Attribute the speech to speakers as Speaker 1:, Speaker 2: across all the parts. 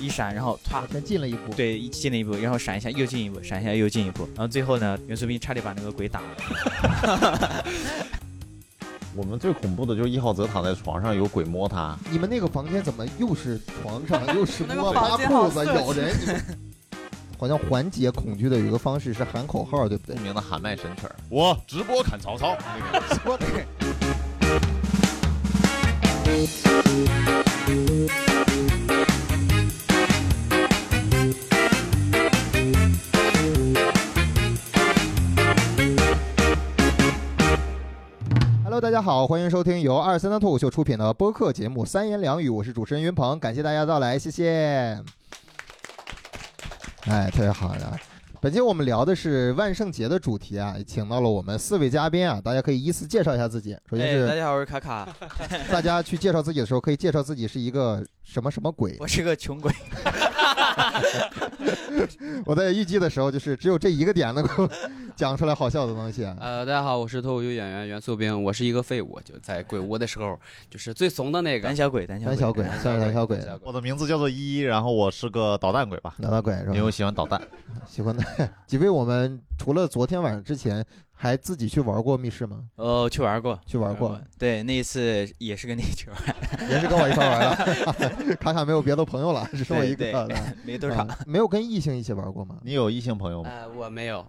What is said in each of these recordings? Speaker 1: 一闪，然后歘，
Speaker 2: 哎再进了一步。
Speaker 1: 对，一进了一步，然后闪一下又进一步，闪一下又进一步，然后最后呢，袁素斌差点把那个鬼打了。
Speaker 3: 我们最恐怖的就是一号泽躺在床上，有鬼摸他。
Speaker 2: 你们那个房间怎么又是床 上又是摸
Speaker 4: 那
Speaker 2: 拉
Speaker 4: 个房间好
Speaker 2: 裤子
Speaker 4: 色
Speaker 2: 咬人？你们好像缓解恐惧的有一个方式是喊口号，对不对
Speaker 3: 著？名的喊麦神曲儿，我直播砍曹操。那个
Speaker 2: 说那个，Hello，大家好，欢迎收听由二三三脱口秀出品的播客节目《三言两语》，我是主持人云鹏，感谢大家的到来，谢谢。哎，特别好的。本期我们聊的是万圣节的主题啊，请到了我们四位嘉宾啊，大家可以依次介绍一下自己。首先
Speaker 1: 哎，大
Speaker 2: 是
Speaker 1: 家好，我是卡卡，
Speaker 2: 大家去介绍自己的时候，可以介绍自己是一个什么什么鬼。
Speaker 1: 我是个穷鬼，
Speaker 2: 我在预计的时候，就是只有这一个点能够 讲出来好笑的东西啊。
Speaker 5: 呃，大家好，我是脱口秀演员袁素冰，我是一个废物，就在鬼屋的时候，就是最怂的那个
Speaker 1: 胆。小鬼，胆小
Speaker 2: 胆小鬼，算是胆小鬼，
Speaker 3: 我的名字叫做依依，然后我是个捣蛋鬼 吧，
Speaker 2: 脑大鬼是
Speaker 3: 因为
Speaker 2: 吧？
Speaker 3: 我喜欢捣蛋。
Speaker 2: 喜欢的几位，我们除了昨天晚上之前，还自己去玩过密室吗？
Speaker 1: 哦，去玩过，
Speaker 2: 去玩过，，
Speaker 1: 对，那一次也是跟你去玩，
Speaker 2: 也是跟我一块玩的。 卡卡没有别的朋友了，只剩我一个
Speaker 1: 对
Speaker 2: 了。
Speaker 1: 没多少。
Speaker 2: 啊没有跟异性一起玩过吗？
Speaker 3: 你有异性朋友吗？
Speaker 5: 呃，我没有。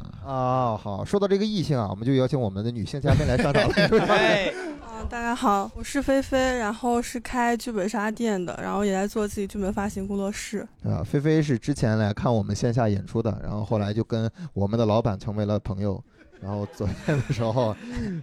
Speaker 1: 嗯
Speaker 2: 啊，好，说到这个异性啊，我们就邀请我们的女性嘉宾来上 场了。
Speaker 1: 哎，
Speaker 4: 嗯、大家好，我是菲菲，然后是开剧本杀店的，然后也在做自己剧本发行工作室。
Speaker 2: 啊，菲菲是之前来看我们线下演出的，然后后来就跟我们的老板成为了朋友。然后昨天的时候，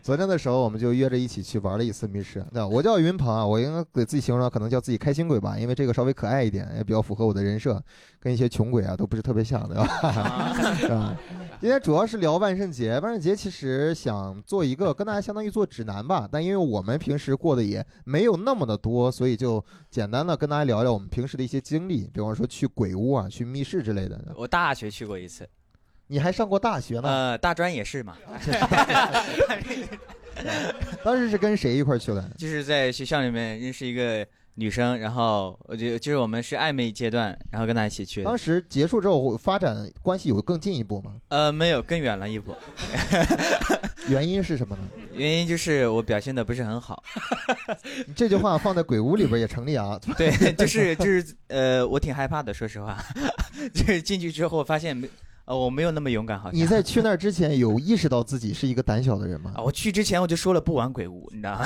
Speaker 2: 昨天的时候我们就约着一起去玩了一次密室。那我叫云鹏啊，我应该给自己形容可能叫自己开心鬼吧，因为这个稍微可爱一点，也比较符合我的人设，跟一些穷鬼啊都不是特别像的。 啊，今天主要是聊万圣节。万圣节其实想做一个跟大家相当于做指南吧，但因为我们平时过得也没有那么的多，所以就简单的跟大家聊聊我们平时的一些经历，比方说去鬼屋啊、去密室之类的。
Speaker 1: 我大学去过一次，
Speaker 2: 你还上过大学呢？
Speaker 1: 呃，大专也是嘛，
Speaker 2: 当时是跟谁一块儿去的？
Speaker 1: 就是在学校里面认识一个女生，然后我就就是我们是暧昧阶段，然后跟她一起去的
Speaker 2: 当，时结束之后，发展关系有更进一步吗？
Speaker 1: 呃，没有更远了一步，
Speaker 2: 原因是什么呢？
Speaker 1: 原因就是我表现的不是很好，
Speaker 2: 你这句话放在鬼屋里边也成立啊。
Speaker 1: 对， 就是就是呃，我挺害怕的，说实话， 就是进去之后发现没，呃，我没有那么勇敢，好像
Speaker 2: 你在去那儿之前有意识到自己是一个胆小的人吗
Speaker 1: 啊，？我去之前我就说了不玩鬼屋，你知道吗？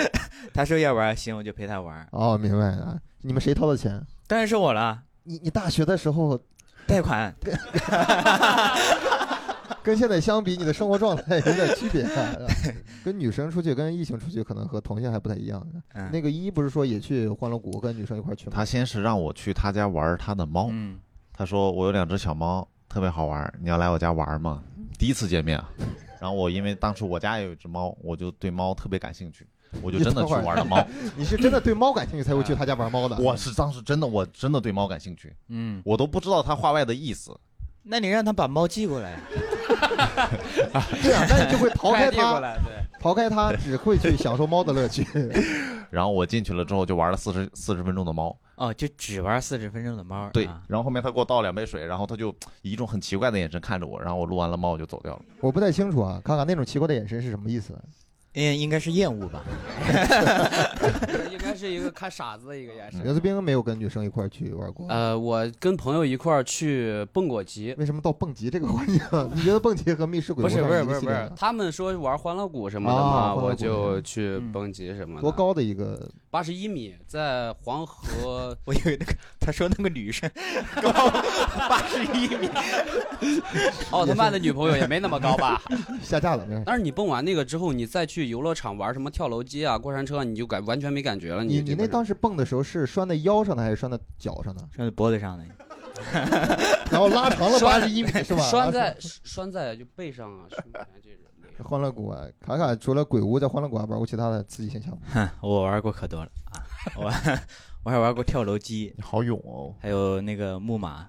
Speaker 1: 他说要玩，行，我就陪他玩，
Speaker 2: 哦，明白了。你们谁掏的钱？
Speaker 1: 当然是我了，
Speaker 2: 你你大学的时候
Speaker 1: 贷款，
Speaker 2: 跟现在相比，你的生活状态有点区别、啊。跟女生出去，跟异性出去，可能和同性还不太一样。
Speaker 1: 嗯
Speaker 2: 那个一不是说也去欢乐谷跟女生一块儿去吗？
Speaker 3: 他先是让我去他家玩他的猫，
Speaker 1: 嗯，
Speaker 3: 他说我有两只小猫，特别好玩，你要来我家玩吗？第一次见 面啊，然后我因为当时我家也有一只猫，我就对猫特别感兴趣，我就真的去玩了猫。
Speaker 2: 你是真的对猫感兴趣才会去他家玩猫的？
Speaker 3: 我是当时真的，我真的对猫感兴趣，
Speaker 1: 嗯，
Speaker 3: 我都不知道他话外的意思。
Speaker 1: 那你让他把猫寄过来，啊
Speaker 2: 对啊，那你就会逃开
Speaker 5: 快递过
Speaker 2: 他，
Speaker 5: 来，对，
Speaker 2: 逃开他，只会去享受猫的乐趣。
Speaker 3: 然后我进去了之后就玩了四十四十分钟的猫，
Speaker 1: 哦，就只玩四十分钟的猫，
Speaker 3: 对
Speaker 1: 啊，
Speaker 3: 然后后面他给我倒两杯水，然后他就以一种很奇怪的眼神看着我，然后我录完了猫我就走掉了。
Speaker 2: 我不太清楚啊，看看那种奇怪的眼神是什么意思？
Speaker 1: 嗯，应该是厌恶吧，
Speaker 5: 应该是一个看傻子的一个眼神。
Speaker 2: 袁子兵没有跟女生一块儿去玩过，
Speaker 5: 呃，我跟朋友一块儿去蹦过极，
Speaker 2: 为什么到蹦极这个环节了？你觉得蹦极和密 室鬼
Speaker 5: 不
Speaker 2: 屋
Speaker 5: 是
Speaker 2: 上
Speaker 5: 不是
Speaker 2: 一
Speaker 5: 不
Speaker 2: 个
Speaker 5: 是
Speaker 2: 系
Speaker 5: 不
Speaker 2: 列啊
Speaker 5: 是
Speaker 2: 吗，
Speaker 5: 他们说玩欢乐谷什么的
Speaker 2: 啊欢
Speaker 5: 嘛，
Speaker 2: 乐谷
Speaker 5: 我就去
Speaker 1: 嗯
Speaker 5: 蹦极什么的。
Speaker 2: 多？高的一个？
Speaker 5: 八十一米，在 黄河
Speaker 1: 我以为那个他说那个女生高八十一米，
Speaker 5: 奥特曼的女朋友也没那么高吧？
Speaker 2: 下架了没事？
Speaker 5: 但是你蹦完那个之后，你再去游乐场玩什么跳楼机啊、过山车啊，你就感完全没感觉了。
Speaker 2: 你
Speaker 5: 你
Speaker 2: 你那当时蹦的时候是拴在腰上的还是拴在脚上的？
Speaker 1: 穿在脖子上的，
Speaker 2: 然后拉长了八
Speaker 5: 拴
Speaker 2: 十一米是吧？
Speaker 5: 拴
Speaker 2: 拉
Speaker 5: 在
Speaker 2: 长
Speaker 5: 拴在就背上啊，是吧这种那个
Speaker 2: 欢乐谷啊，卡卡除了鬼屋在欢乐谷还玩过其他的刺激现象吗？
Speaker 1: 哼，我玩过可多了啊， 我我还玩过跳楼机，
Speaker 3: 你好勇哦！
Speaker 1: 还有那个木马，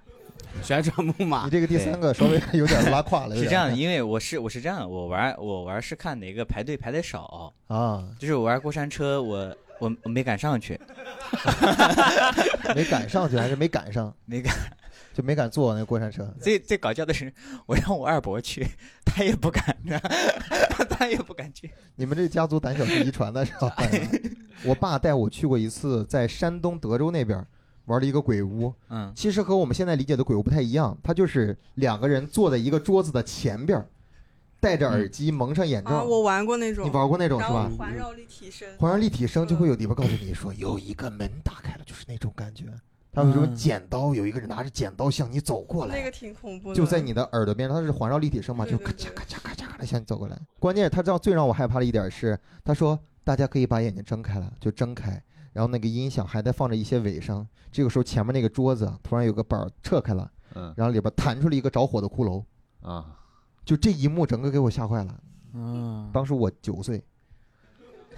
Speaker 5: 旋转木 马
Speaker 2: 你。这个第三个稍微有点拉胯了，有
Speaker 1: 是这样 的，
Speaker 2: 点
Speaker 1: 因为我是我是这样的，我玩我玩是看哪个排队排的少，
Speaker 2: 啊。
Speaker 1: 就是我玩过山车，我我我没敢上去，
Speaker 2: 没赶上去还是没赶上，
Speaker 1: 没敢。
Speaker 2: 就没敢坐那个过山车。
Speaker 1: 最最搞笑的是，我让我二伯去，他也不敢， 他也不敢去。
Speaker 2: 你们这家族胆小是遗传的是吧？
Speaker 4: 哎
Speaker 2: 我爸带我去过一次，在山东德州那边玩了一个鬼屋，
Speaker 1: 嗯，
Speaker 2: 其实和我们现在理解的鬼屋不太一样，它就是两个人坐在一个桌子的前边儿，戴着耳机，蒙上眼罩。
Speaker 4: 啊，我玩过那种，
Speaker 2: 你玩过那种是
Speaker 4: 然
Speaker 2: 吧
Speaker 4: 后？环绕立体声，
Speaker 2: 环绕立体声就会有地方告诉你说有一个门打开了，就是那种感觉。它有一种
Speaker 1: 嗯
Speaker 2: 剪刀，有一个人拿着剪刀向你走过来。
Speaker 4: 那个挺恐怖的，
Speaker 2: 就在你的耳朵边上，它是环绕立体声嘛，
Speaker 4: 对
Speaker 2: 就
Speaker 4: 对
Speaker 2: 咔
Speaker 4: 对
Speaker 2: 嚓咔嚓咔嚓的向你走过来。关键是他知道最让我害怕的一点是，他说大家可以把眼睛睁开了，就睁开，然后那个音响还在放着一些尾声。这个时候前面那个桌子突然有个板儿撤开了，
Speaker 3: 嗯
Speaker 2: 然后里边弹出了一个着火的骷髅，
Speaker 3: 啊，
Speaker 2: 就这一幕整个给我吓坏了。
Speaker 1: 嗯，
Speaker 2: 当时我九岁，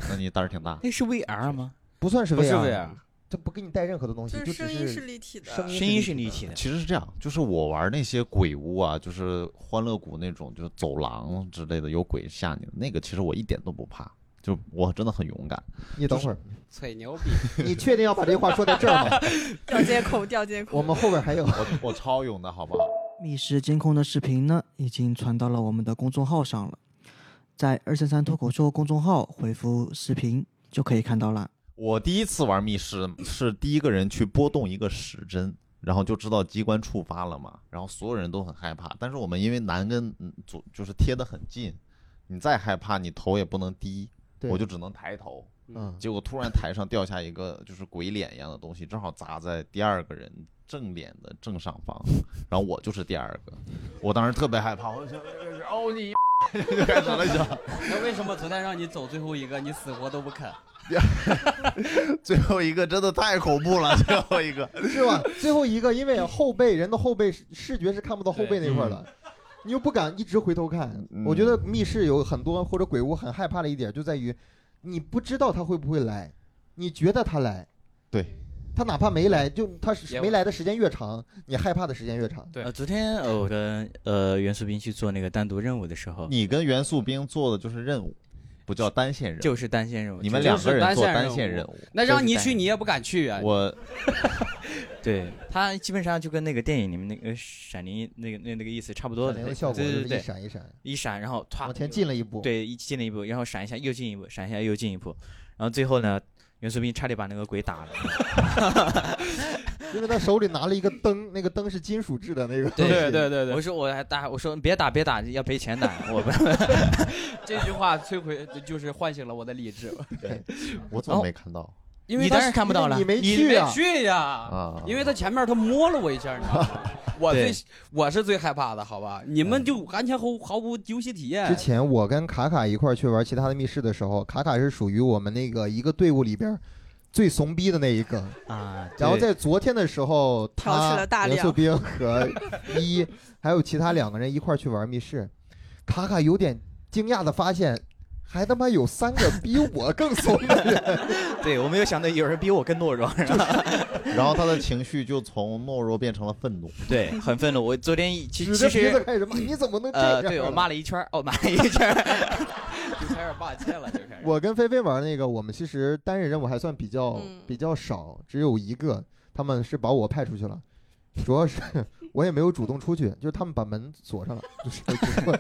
Speaker 3: 那你胆儿挺大。
Speaker 1: 那是 VR 吗？
Speaker 2: 不算是
Speaker 5: 不
Speaker 2: VR，
Speaker 5: 是啊 VR，
Speaker 2: 它不给你带任何的东西，
Speaker 4: 就
Speaker 2: 就
Speaker 4: 是声
Speaker 2: 只
Speaker 4: 音是
Speaker 2: 是
Speaker 4: 立体的，
Speaker 2: 声
Speaker 1: 声音是立体的。
Speaker 3: 其实是这样，就是我玩那些鬼屋啊，就是欢乐谷那种，就是走廊之类的有鬼吓你的那个，其实我一点都不怕，就我真的很勇敢。
Speaker 2: 你等会儿，
Speaker 5: 吹牛逼，
Speaker 2: 你确定要把这话说在这儿吗？
Speaker 4: 掉接口，掉接口。
Speaker 2: 我们后边还有。
Speaker 3: 我我超勇的好不好？
Speaker 6: 密室监控的视频呢，已经传到了我们的公众号上了，在二三三脱口秀公众号回复“视频”就可以看到啦。
Speaker 3: 我第一次玩密室是第一个人去拨动一个时针，然后就知道机关触发了嘛，然后所有人都很害怕，但是我们因为难跟嗯左就是贴得很近，你再害怕你头也不能低，
Speaker 2: 对
Speaker 3: 我就只能抬头，
Speaker 2: 嗯，
Speaker 3: 结果突然台上掉下一个就是鬼脸一样的东西，正好砸在第二个人正脸的正上方， 然后我就是第二个，我当时特别害怕，我就想哦你 就 开始了想，
Speaker 5: 那为什么昨天让你走最后一个，你死活都不肯？
Speaker 3: 最后一个真的太恐怖了，最后一个。
Speaker 2: 是吧？最后一个，因为后背人的后背视视觉是看不到后背那块儿的，你又不敢一直回头看。
Speaker 3: 嗯
Speaker 2: 我觉得密室有很多或者鬼屋很害怕的一点就在于，你不知道他会不会来，你觉得他来，
Speaker 3: 对，
Speaker 2: 他哪怕没来，就他是
Speaker 5: 也
Speaker 2: 没来的时间越长，你害怕的时间越长。
Speaker 5: 对
Speaker 1: 呃，昨天呃我跟呃袁素斌去做那个单独任务的时候，
Speaker 3: 你跟元素兵做的就是任务，不叫单线任务。
Speaker 1: 就是单线任务，
Speaker 3: 你们
Speaker 1: 就
Speaker 3: 两
Speaker 1: 是
Speaker 3: 个人做
Speaker 5: 就是
Speaker 3: 单
Speaker 5: 单
Speaker 3: 线
Speaker 5: 线
Speaker 3: 任
Speaker 5: 任
Speaker 3: 务，
Speaker 5: 那让你去你也不敢去啊！
Speaker 3: 我
Speaker 1: 对他基本上就跟那个电影里面那个闪灵那个那那个意思差不多
Speaker 2: 闪
Speaker 1: 的
Speaker 2: 灵的效果就
Speaker 1: 对
Speaker 2: 是
Speaker 1: 对
Speaker 2: 一
Speaker 1: 对对，
Speaker 2: 闪一闪，
Speaker 1: 一闪然后唰
Speaker 2: 往前进了一步。，
Speaker 1: 对，一进了一步，然后闪一下又进一步，闪一下又进一步，然后最后呢，袁素斌差点把那个鬼打了。
Speaker 2: 因为他手里拿了一个灯，那个灯是金属制的那个。
Speaker 5: 对对对对
Speaker 1: 我
Speaker 5: 对，
Speaker 1: 说我还打，我说别打别打，要赔 钱的。我们
Speaker 5: 这句话摧毁就是唤醒了我的理智，
Speaker 3: 我
Speaker 5: 哦
Speaker 3: 怎么没看到
Speaker 5: 因
Speaker 1: 你
Speaker 5: 为
Speaker 1: 当
Speaker 5: 他
Speaker 1: 然看不到了，
Speaker 2: 因为你没
Speaker 5: 你
Speaker 2: 去
Speaker 5: 别
Speaker 2: 啊，
Speaker 5: 去呀，
Speaker 3: 啊？
Speaker 5: 因为他前面他摸了我一下，你知道吗？我
Speaker 1: 对
Speaker 5: 最我是最害怕的，好吧？你们就完全毫毫无游戏体验
Speaker 1: 哎
Speaker 2: 之。前我跟卡卡一块儿去玩其他的密室的时候，卡卡是属于我们那个一个队伍里边儿最怂逼的那一个。
Speaker 1: 啊，
Speaker 2: 然后
Speaker 1: 对
Speaker 2: 在昨天的时候，
Speaker 4: 挑 起了
Speaker 2: 他
Speaker 4: 大
Speaker 2: 袁
Speaker 4: 梁
Speaker 2: 素兵和一还有其他两个人一块儿去玩密室，卡卡有点惊讶的发现，还他妈有三个比我更怂的人。
Speaker 1: 对我没有想到有人比我更懦 弱，然后
Speaker 3: 然后他的情绪就从懦弱变成了愤 怒。
Speaker 1: 对，很愤怒。我昨天一 其其
Speaker 2: 指着鼻子
Speaker 1: 实
Speaker 2: 开始骂，你怎么能这样啊、
Speaker 1: 呃，对我骂了一圈儿，哦，骂了一圈儿，
Speaker 5: 就开始霸气了，就开始。
Speaker 2: 我跟菲菲玩那个，我们其实单人任务还算比较、
Speaker 4: 嗯
Speaker 2: 比较少，只有一个，他们是把我派出去了。主要是我也没有主动出去，就是他们把门锁上了， 就是把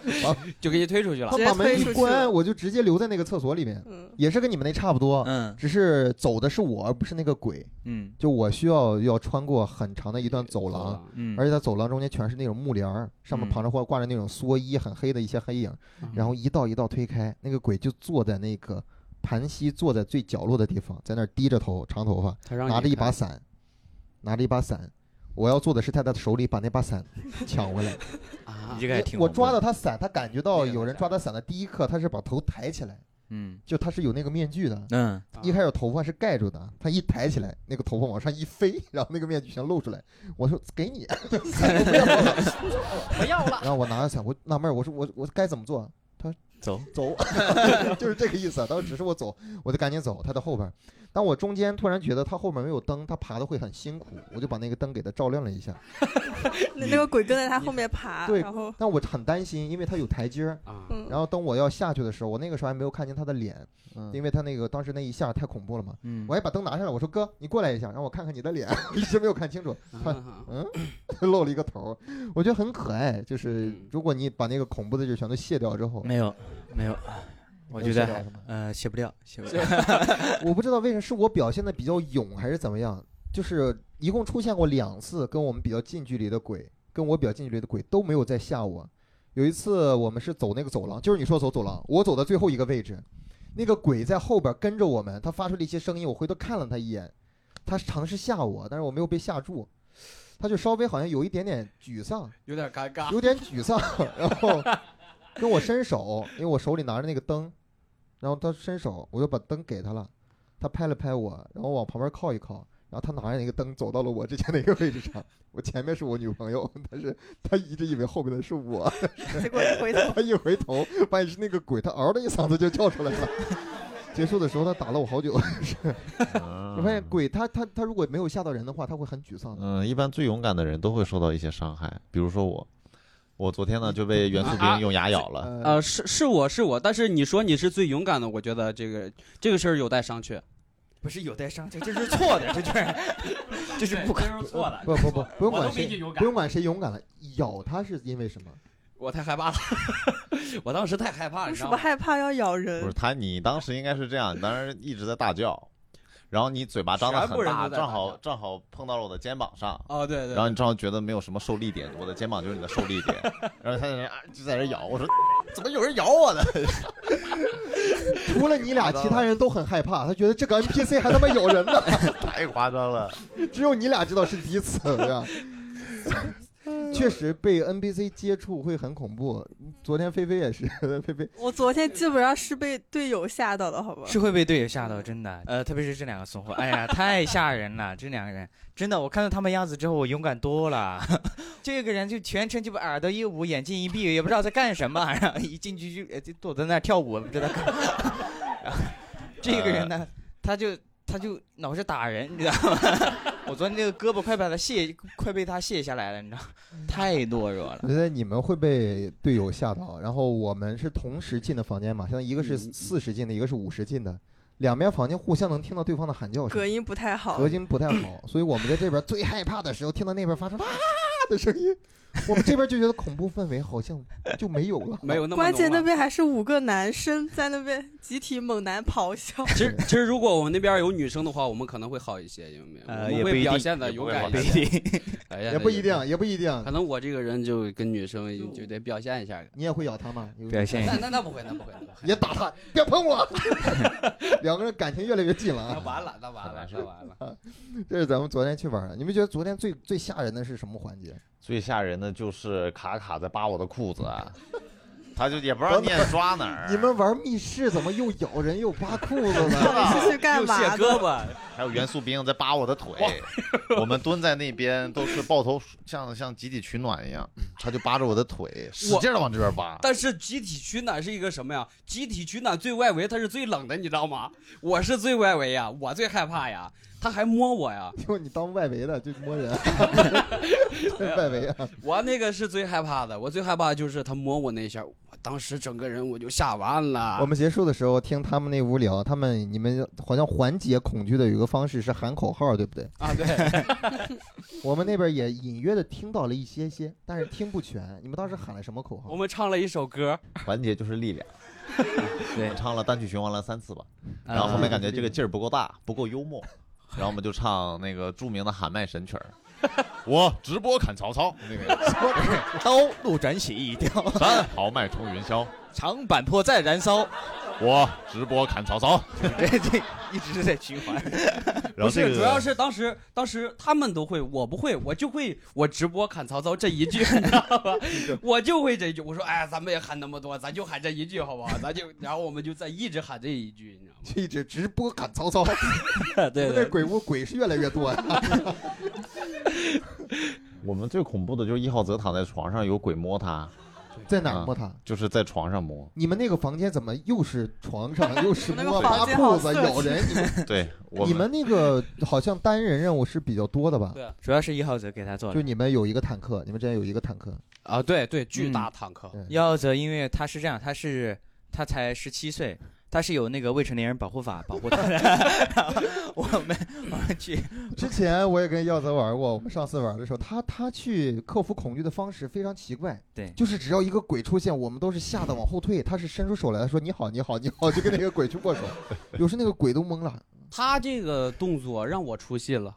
Speaker 5: 就给你推出去了
Speaker 2: 他
Speaker 4: 直
Speaker 2: 们
Speaker 4: 接
Speaker 2: 把门
Speaker 4: 推
Speaker 2: 一
Speaker 4: 出去
Speaker 2: 关，
Speaker 4: 了
Speaker 2: 我就直接留在那个厕所里面，
Speaker 4: 嗯，
Speaker 2: 也是跟你们那差不 多，
Speaker 1: 嗯
Speaker 2: 只是走的是我，而不是那个鬼。
Speaker 1: 嗯
Speaker 2: 就我需要要穿过很长的一段走
Speaker 5: 啊
Speaker 2: 廊，
Speaker 1: 嗯，
Speaker 2: 而且它走廊中间全是那种木帘儿，上面
Speaker 1: 嗯
Speaker 2: 旁着或挂着那种蓑衣，很黑的一些黑影，然后一道一道推开，那个鬼就坐在那个盘膝坐在最角落的地方，在那儿低着头，长头发，
Speaker 5: 他让你
Speaker 2: 拿着一把
Speaker 5: 看
Speaker 2: 伞，拿着一把伞。我要做的是他的手里把那把伞抢回来。
Speaker 5: 啊
Speaker 1: 你， 这个还挺
Speaker 2: 我
Speaker 1: 恐怖
Speaker 2: 抓
Speaker 1: 的
Speaker 2: 到，他伞，他感觉到
Speaker 5: 那个
Speaker 2: 有
Speaker 5: 没
Speaker 2: 人
Speaker 5: 啥
Speaker 2: 抓他伞的第一刻，他是把头抬起来，
Speaker 1: 嗯
Speaker 2: 就他是有那个面具的。
Speaker 1: 嗯，
Speaker 2: 一
Speaker 5: 啊
Speaker 2: 开始头发是盖住的，他一抬起来，那个头发往上一飞，然后那个面具全露出来。我说给你，伞都不要了。
Speaker 5: 不要了。
Speaker 2: 然后我拿着伞，我纳闷儿，我说我我该怎么做？啊
Speaker 1: 走，
Speaker 2: 走，就是这个意思。当时只是我走，我就赶紧走，他在后边儿。但我中间突然觉得他后面没有灯，他爬的会很辛苦，我就把那个灯给他照亮了一下。
Speaker 4: 那那个鬼跟在他后面爬，
Speaker 2: 对
Speaker 4: 然后
Speaker 2: 但我很担心，因为他有台阶儿。
Speaker 5: 啊，
Speaker 4: 嗯，
Speaker 2: 然后等我要下去的时候，我那个时候还没有看见他的脸，因为他那个当时那一下太恐怖了嘛。
Speaker 1: 嗯
Speaker 2: 嗯我，还把灯拿下来，我说哥，你过来一下，让我看看你的脸， 一直没有看清楚，他
Speaker 5: 啊
Speaker 2: 嗯，露了一个头儿，我觉得很可爱。就是
Speaker 5: 嗯
Speaker 2: 如果你把那个恐怖的就全都卸掉之后，
Speaker 1: 没有没有，嗯我觉
Speaker 2: 没有卸掉
Speaker 1: 得
Speaker 2: 是吗
Speaker 1: 呃写不掉，写 不掉。
Speaker 2: 我不知道为什么是我表现的比较勇还是怎么样，就是一共出现过两次跟我们比较近距离的鬼，跟我比较近距离的鬼都没有在吓我。有一次我们是走那个走廊，就是你说走走廊，我走到最后一个位置，那个鬼在后边跟着我们，他发出了一些声音，我回头看了他一眼，他尝试吓我，但是我没有被吓住，他就稍微好像有一点点沮丧，
Speaker 5: 有点尴尬。
Speaker 2: 有点沮丧，然后跟我伸手，因为我手里拿着那个灯，然后他伸手，我就把灯给他了，他拍了拍我，然后往旁边靠一靠，然后他拿着那个灯走到了我之前的一个位置上，我前面是我女朋友，但是他一直以为后面的是我，
Speaker 4: 结果一回头，
Speaker 2: 他一回头发现是那个鬼，他嗷的一嗓子就叫出来了。结束的时候，他打了我好久。 我
Speaker 3: 嗯
Speaker 2: 发现鬼，他他他如果没有吓到人的话，他会很沮丧的。
Speaker 3: 嗯，一般最勇敢的人都会受到一些伤害，比如说我，我昨天呢就被元素
Speaker 5: 啊
Speaker 3: 兵用牙咬了。
Speaker 2: 呃，
Speaker 5: 呃，是是我是我，但是你说你是最勇敢的，我觉得这个这个事儿有待商榷。
Speaker 1: 不是有待商榷，这是错的，这就是 这是不可。
Speaker 5: 是错的
Speaker 2: 不不不，不用
Speaker 5: 我
Speaker 2: 管
Speaker 5: 都比你
Speaker 2: 谁，
Speaker 5: 勇
Speaker 2: 不用管谁勇敢了，咬他是因为什么？
Speaker 5: 我太害怕了， 我当时太害怕了，
Speaker 4: 为
Speaker 5: 你知
Speaker 4: 什
Speaker 5: 道
Speaker 4: 么
Speaker 5: 吗？
Speaker 4: 害怕要咬人
Speaker 3: 不是？他，你当时应该是这样，你当时一直在大叫，然后你嘴巴张得
Speaker 5: 全部
Speaker 3: 很
Speaker 5: 人都
Speaker 3: 大，
Speaker 5: 在大
Speaker 3: 正好
Speaker 5: 叫
Speaker 3: 正好碰到了我的肩膀上，
Speaker 5: 哦，对对
Speaker 3: 然后你正好觉得没有什么受力点，我的肩膀就是你的受力点，然后他在那啊就在那咬，我说怎么有人咬我呢？
Speaker 2: 除了你俩，其他人都很害怕，他觉得这个 NPC 还他妈咬人呢，
Speaker 3: 太夸张了，
Speaker 2: 只有你俩知道是第一次，对吧？ 确实被 NPC 接触会很恐怖。昨天菲菲也是，菲菲
Speaker 4: 我昨天基本上是被队友吓到的，好吧？
Speaker 1: 是会被队友吓到，真的。呃，特别是这两个怂货，哎 呀，太吓人了！这两个人真的，我看到他们样子之后，我勇敢多了。 这个人就全程就把耳朵一捂，眼睛一闭，也不知道在干什么， 然后一进去就呃就躲在那儿跳舞，不知道干嘛。 然后这个人呢，他就他就老是打人，你知道吗？ 我昨天那个胳膊快把他卸，快被他卸下来了，你知道吗，太懦弱了
Speaker 2: 我。觉得你们会被队友吓到，然后我们是同时进的房间嘛，现在一个是
Speaker 5: 嗯嗯
Speaker 2: 四十进的，一个是五十进的，两边房间互相能听到对方的喊叫声
Speaker 4: 隔，音不太好
Speaker 2: 隔，音不太好，所以我们在这边最害怕的时候，听到那边发出啊的声音，我们这边就觉得恐怖氛围好像就没有了。
Speaker 5: 没有那么
Speaker 4: 关键
Speaker 2: 啊
Speaker 5: 浓
Speaker 4: 那
Speaker 5: 了
Speaker 4: 边还是五个男生在那边集体猛男咆 哮，
Speaker 5: 其实其实如果我们那边有女生的话，我们可能会好一些，因为
Speaker 1: 呃
Speaker 5: 我们
Speaker 1: 也不
Speaker 5: 会
Speaker 1: 一
Speaker 5: 表
Speaker 1: 定
Speaker 5: 现的
Speaker 3: 也不
Speaker 5: 勇
Speaker 3: 会
Speaker 5: 敢
Speaker 3: 好
Speaker 5: 一
Speaker 3: 看
Speaker 5: 些，哎呀
Speaker 2: 也不一定，啊也不一定
Speaker 5: 可，能我这个人就跟女生就得表现一下。
Speaker 2: 你也会咬他吗？有
Speaker 1: 表现一
Speaker 5: 那
Speaker 1: 下，
Speaker 5: 那那不会，那不会，那 不会
Speaker 2: 也打他，别碰 我。两个人感情越来越近了
Speaker 5: 那
Speaker 2: 啊！
Speaker 5: 完了，那完了，那完了。
Speaker 2: 这是咱们昨天去玩的，你们觉得昨天最最吓人的是什么环节？
Speaker 3: 最吓人的就是卡卡在扒我的裤子，啊他就也不知道念抓哪
Speaker 5: 啊
Speaker 3: 儿，啊
Speaker 2: 你们玩密室怎么又咬人又扒裤子
Speaker 3: 真
Speaker 2: 呢？
Speaker 3: 的
Speaker 4: 你是去干
Speaker 5: 又
Speaker 4: 嘛
Speaker 5: 卸
Speaker 4: 的？
Speaker 5: 胳膊，
Speaker 3: 还有元素兵在扒我的腿，我们蹲在那边都是抱头像像集体取暖一样，他就扒着我的腿，使劲的往这边扒。
Speaker 5: 但是集体取暖是一个什么呀？集体取暖最外围，它是最冷的，你知道吗？我是最外围呀，我最害怕呀，他还摸我呀，
Speaker 2: 就你当外围的就摸 人，外围啊！
Speaker 5: 我那个是最害怕的，我最害怕就是他摸我那一下，我当时整个人我就吓完了。
Speaker 2: 我们结束的时候听他们那屋聊，他们你们好像缓解恐惧的有一个方式是喊口号，对不对？
Speaker 5: 啊，对，
Speaker 2: 我们那边也隐约的听到了一些些，但是听不全。你们当时喊了什么口
Speaker 5: 我
Speaker 2: 号？
Speaker 5: 们唱了一首歌，
Speaker 3: 团结就是力 量，
Speaker 1: 对
Speaker 3: 我们，唱了单曲循环了三次吧，
Speaker 5: 啊
Speaker 3: 然后后面感觉这个劲儿不够大，不够幽默，然后我们就唱那个著名的喊麦神曲 儿，我直播砍曹操，那个
Speaker 1: 刀路斩起一雕，
Speaker 3: 三豪迈冲云霄，
Speaker 1: 长坂坡在燃 烧。
Speaker 3: 我直播砍曹操，
Speaker 1: 对对，一直在循环。
Speaker 3: 然后
Speaker 5: 不
Speaker 3: 这
Speaker 5: 是，
Speaker 3: 个
Speaker 5: 主要是当时当时他们都会，我不会，我就会我直播砍曹操这一句，你知道 吧？我就会这一句。我说，哎，咱们也喊那么多，咱就喊这一句，好不好？咱就，然后我们就在一直喊这一句，你知道吗？
Speaker 2: 就一直直播砍曹 操，
Speaker 5: 对
Speaker 2: 那鬼屋鬼是越来越多呀、
Speaker 3: 我们最恐怖的就是一号泽躺在床上有鬼摸他，
Speaker 2: 在哪儿摸它？
Speaker 3: 就是在床上摸。
Speaker 2: 你们那个房间怎么又是床 上又是
Speaker 4: 我们那
Speaker 2: 摸
Speaker 4: 个
Speaker 2: 扒
Speaker 4: 房间好
Speaker 2: 裤子
Speaker 4: 色
Speaker 2: 咬人？你们
Speaker 3: 对， 我
Speaker 2: 你们那个好像单人任务是比较多的吧？
Speaker 5: 对
Speaker 1: 主要是一号则给他做
Speaker 2: 就
Speaker 1: 的。
Speaker 2: 你们有一个坦克，你们之前有一个坦克，
Speaker 5: 啊，对对，巨大坦克，
Speaker 2: 对
Speaker 1: 一号则因为他是这样，他是他才十七岁，他是有那个未成年人保护法保护他的。 然后我们我们去
Speaker 2: 之前我也跟耀泽玩过，我们上次玩的时候，他他去克服恐惧的方式非常奇怪，
Speaker 1: 对
Speaker 2: 就是只要一个鬼出现，我们都是吓得往后退，他是伸出手来说你好你好你好，就跟那个鬼去握手， 有时那个鬼都懵了，
Speaker 5: 他这个动作让我出戏了，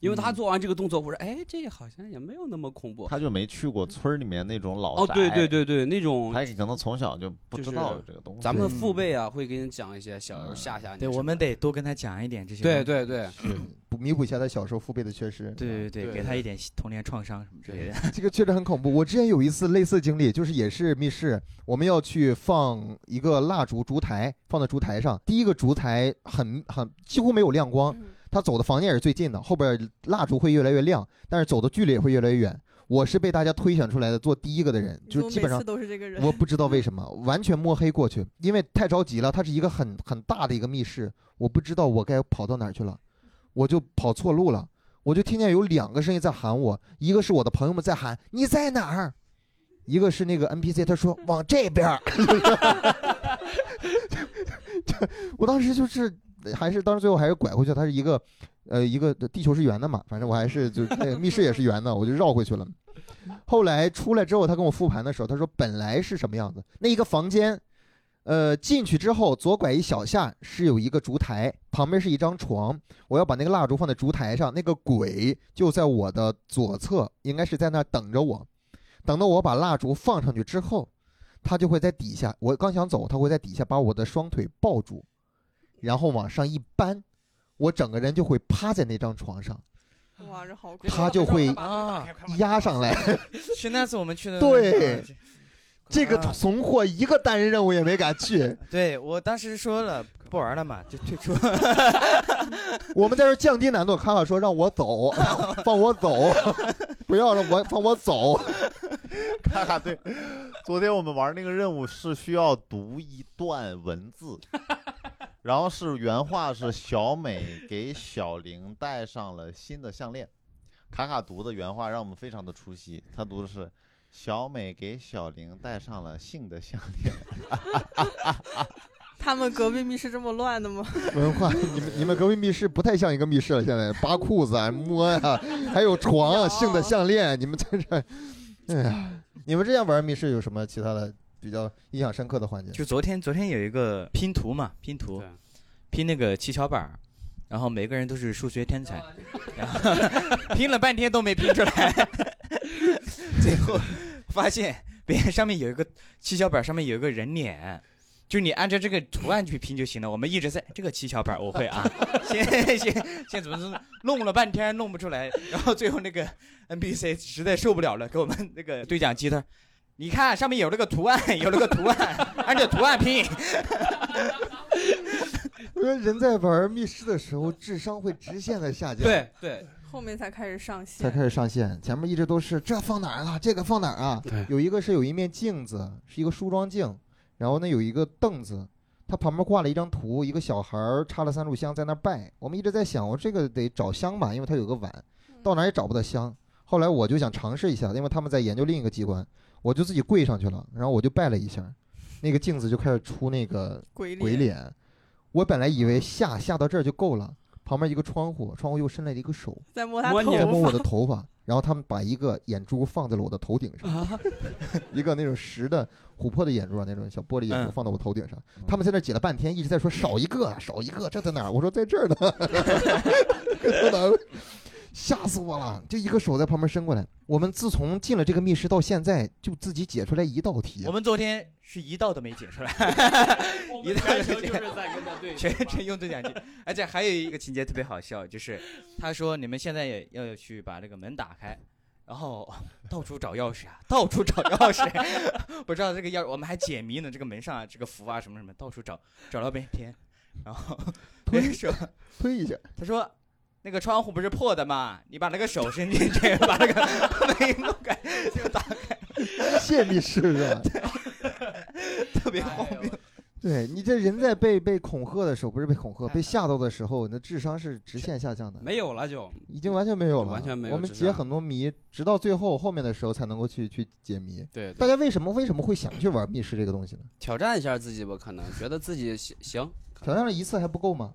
Speaker 5: 因为他做完这个动作，我说哎，这好像也没有那么恐怖。
Speaker 3: 他就没去过村儿里面那种老
Speaker 5: 哦，
Speaker 3: 宅，
Speaker 5: 对对，对对，那种
Speaker 3: 他可能从小就不
Speaker 5: 就是
Speaker 3: 知道有这个东西。
Speaker 5: 咱
Speaker 2: 对
Speaker 5: 们父辈啊会给你讲一些小
Speaker 3: 嗯
Speaker 5: 吓吓你。
Speaker 1: 对，我们得多跟他讲一点这些。
Speaker 5: 对对对，
Speaker 2: 补弥补一下他小时候父辈的缺失。
Speaker 1: 对对对，
Speaker 5: 对
Speaker 1: 给他
Speaker 5: 对
Speaker 1: 一点童年创伤什么之类的。
Speaker 2: 这个确实很恐怖。我之前有一次类似经历，就是也是密室，我们要去放一个蜡烛烛台，放在烛台上。第一个烛台很很几乎没有亮光，他走的房间也是最近的，后边蜡烛会越来越亮，但是走的距离也会越来越远。我是被大家推选出来的做第一个的人，
Speaker 4: 你
Speaker 2: 就是
Speaker 4: 说
Speaker 2: 基
Speaker 4: 每
Speaker 2: 本上
Speaker 4: 次都是这个人，
Speaker 2: 我不知道为什么，完全摸黑过去，因为太着急了。它是一个很很大的一个密室，我不知道我该跑到哪儿去了，我就跑错路了。我就听见有两个声音在喊我，一个是我的朋友们在喊你在哪儿，一个是那个 NPC 他说往这边儿。 我当时就是还是当时最后还是拐回去，它是一个呃一个地球是圆的嘛，反正我还是就那个密室也是圆的，我就绕回去了。后来出来之后，他跟我复盘的时候，他说本来是什么样子，那一个房间，呃，进去之后左拐一小下是有一个烛台，旁边是一张床，我要把那个蜡烛放在烛台上，那个鬼就在我的左侧，应该是在那儿等着我，等到我把蜡烛放上去之后，他就会在底下，我刚想走，他会在底下把我的双腿抱住，然后往上一扳，我整个人就会趴在那张床上，
Speaker 4: 哇，这好恐怖！
Speaker 2: 他就会
Speaker 1: 啊，
Speaker 2: 压上来。
Speaker 1: 是那次我们去的。
Speaker 2: 对
Speaker 1: 啊
Speaker 2: 这个
Speaker 1: 啊
Speaker 2: 怂货一个单人任务也没敢去，
Speaker 1: 对我当时说了不玩了 嘛，就退出。
Speaker 2: 我们在这儿降低难度。卡卡说让我走，放我走， 不要让我放我走。
Speaker 3: 卡卡 对，昨天我们玩那个任务是需要读一段文字，然后是原话是小美给小玲戴上了新的项链。卡卡读的原话让我们非常的出戏，他读的是小美给小玲戴上了性的项链。
Speaker 4: 他们隔壁密室这么乱的吗？
Speaker 2: 文化，你们你们隔壁密室不太像一个密室了，现在扒裤子啊、摸呀、还有床啊、性的项链，你们在这儿，哎呀， 你们之前玩密室有什么其他的比较印象深刻的环节？
Speaker 1: 就昨天，昨天有一个拼图嘛，拼图
Speaker 5: 对，
Speaker 1: 拼那个七巧板儿，然后每个人都是数学天才，然后 拼了半天都没拼出来，最后发现别人上面有一个七巧板，上面有一个人脸。就你按照这个图案去拼就行了。我们一直在这个七巧板儿我会啊，先先先怎么怎么弄了半天弄不出来，然后最后那个 NPC 实在受不了了，给我们那个对讲机他说，你看上面有了个图案，有了个图案，按照图案拼。
Speaker 2: 我觉得人在玩密室的时候，智商会直线的下降。。
Speaker 5: 对对，
Speaker 4: 后面才开始上
Speaker 2: 才
Speaker 4: 线，
Speaker 2: 开始上线，前面一直都是这放哪儿啊，这个放哪儿啊
Speaker 5: 对？
Speaker 2: 有一个是有一面镜子，是一个梳妆镜，然后呢有一个凳子，它旁边挂了一张图，一个小孩儿插了三炷香在那儿拜。我们一直在想，我这个得找香吧，因为它有个碗，到哪儿也找不到香。后来我就想尝试一下，因为他们在研究另一个机关，我就自己跪上去了，然后我就拜了一下，那个镜子就开始出那个
Speaker 4: 鬼
Speaker 2: 鬼脸。我本来以为下下到这儿就够了，旁边一个窗户，窗户又伸来了一个手。
Speaker 4: 在摸他
Speaker 5: 摸你
Speaker 4: 头
Speaker 2: 在摸我
Speaker 4: 发，
Speaker 2: 的头发，然后他们把一个眼珠放在了我的头顶上， 一个那种石的琥珀的眼珠啊，那种小玻璃眼珠
Speaker 1: 嗯
Speaker 2: 放到我头顶上。他们在那挤了半天，一直在说少一个，啊少一个，这在哪儿？我说在这儿呢， 在哪儿吓死我了！就一个手在旁边伸过来。我们自从进了这个密室到现在，就自己解出来一道题
Speaker 1: 我。们昨天是一道都没解出来，一道
Speaker 5: 全
Speaker 1: 都没
Speaker 5: 程就
Speaker 1: 解，
Speaker 5: 是在跟他对
Speaker 1: 全程用这两句。而且还有一个情节特别好笑，就是他说你们现在也要去把这个门打开。然后到处找钥匙啊，到处找钥匙， 不知道这个钥匙，我们还解谜呢。这个门上啊，这个符啊，什么什么，到处找，找了半天。然后
Speaker 2: 推
Speaker 1: 人说，
Speaker 2: 推一下，
Speaker 1: 他说那个窗户不是破的吗？你把那个手伸进去，把那个门弄开，就打开。
Speaker 2: 泄密室是吧？
Speaker 1: 特别
Speaker 5: 荒谬。
Speaker 2: 对你这人在被被恐吓的时候，不是被恐
Speaker 1: 嗯
Speaker 2: 吓，被吓到的时候，你的智商是直线下降的，
Speaker 5: 没有了就
Speaker 2: 已经完全没有了，
Speaker 5: 完全没有
Speaker 2: 我们
Speaker 5: 智
Speaker 2: 解
Speaker 5: 商
Speaker 2: 很多谜，直到最后后面的时候才能够去去解谜。
Speaker 5: 对
Speaker 2: 大家为什么为什么会想去玩密室这个东西呢？
Speaker 5: 挑战一下自己吧，可能觉得自己行行
Speaker 2: 挑战了一次还不够吗？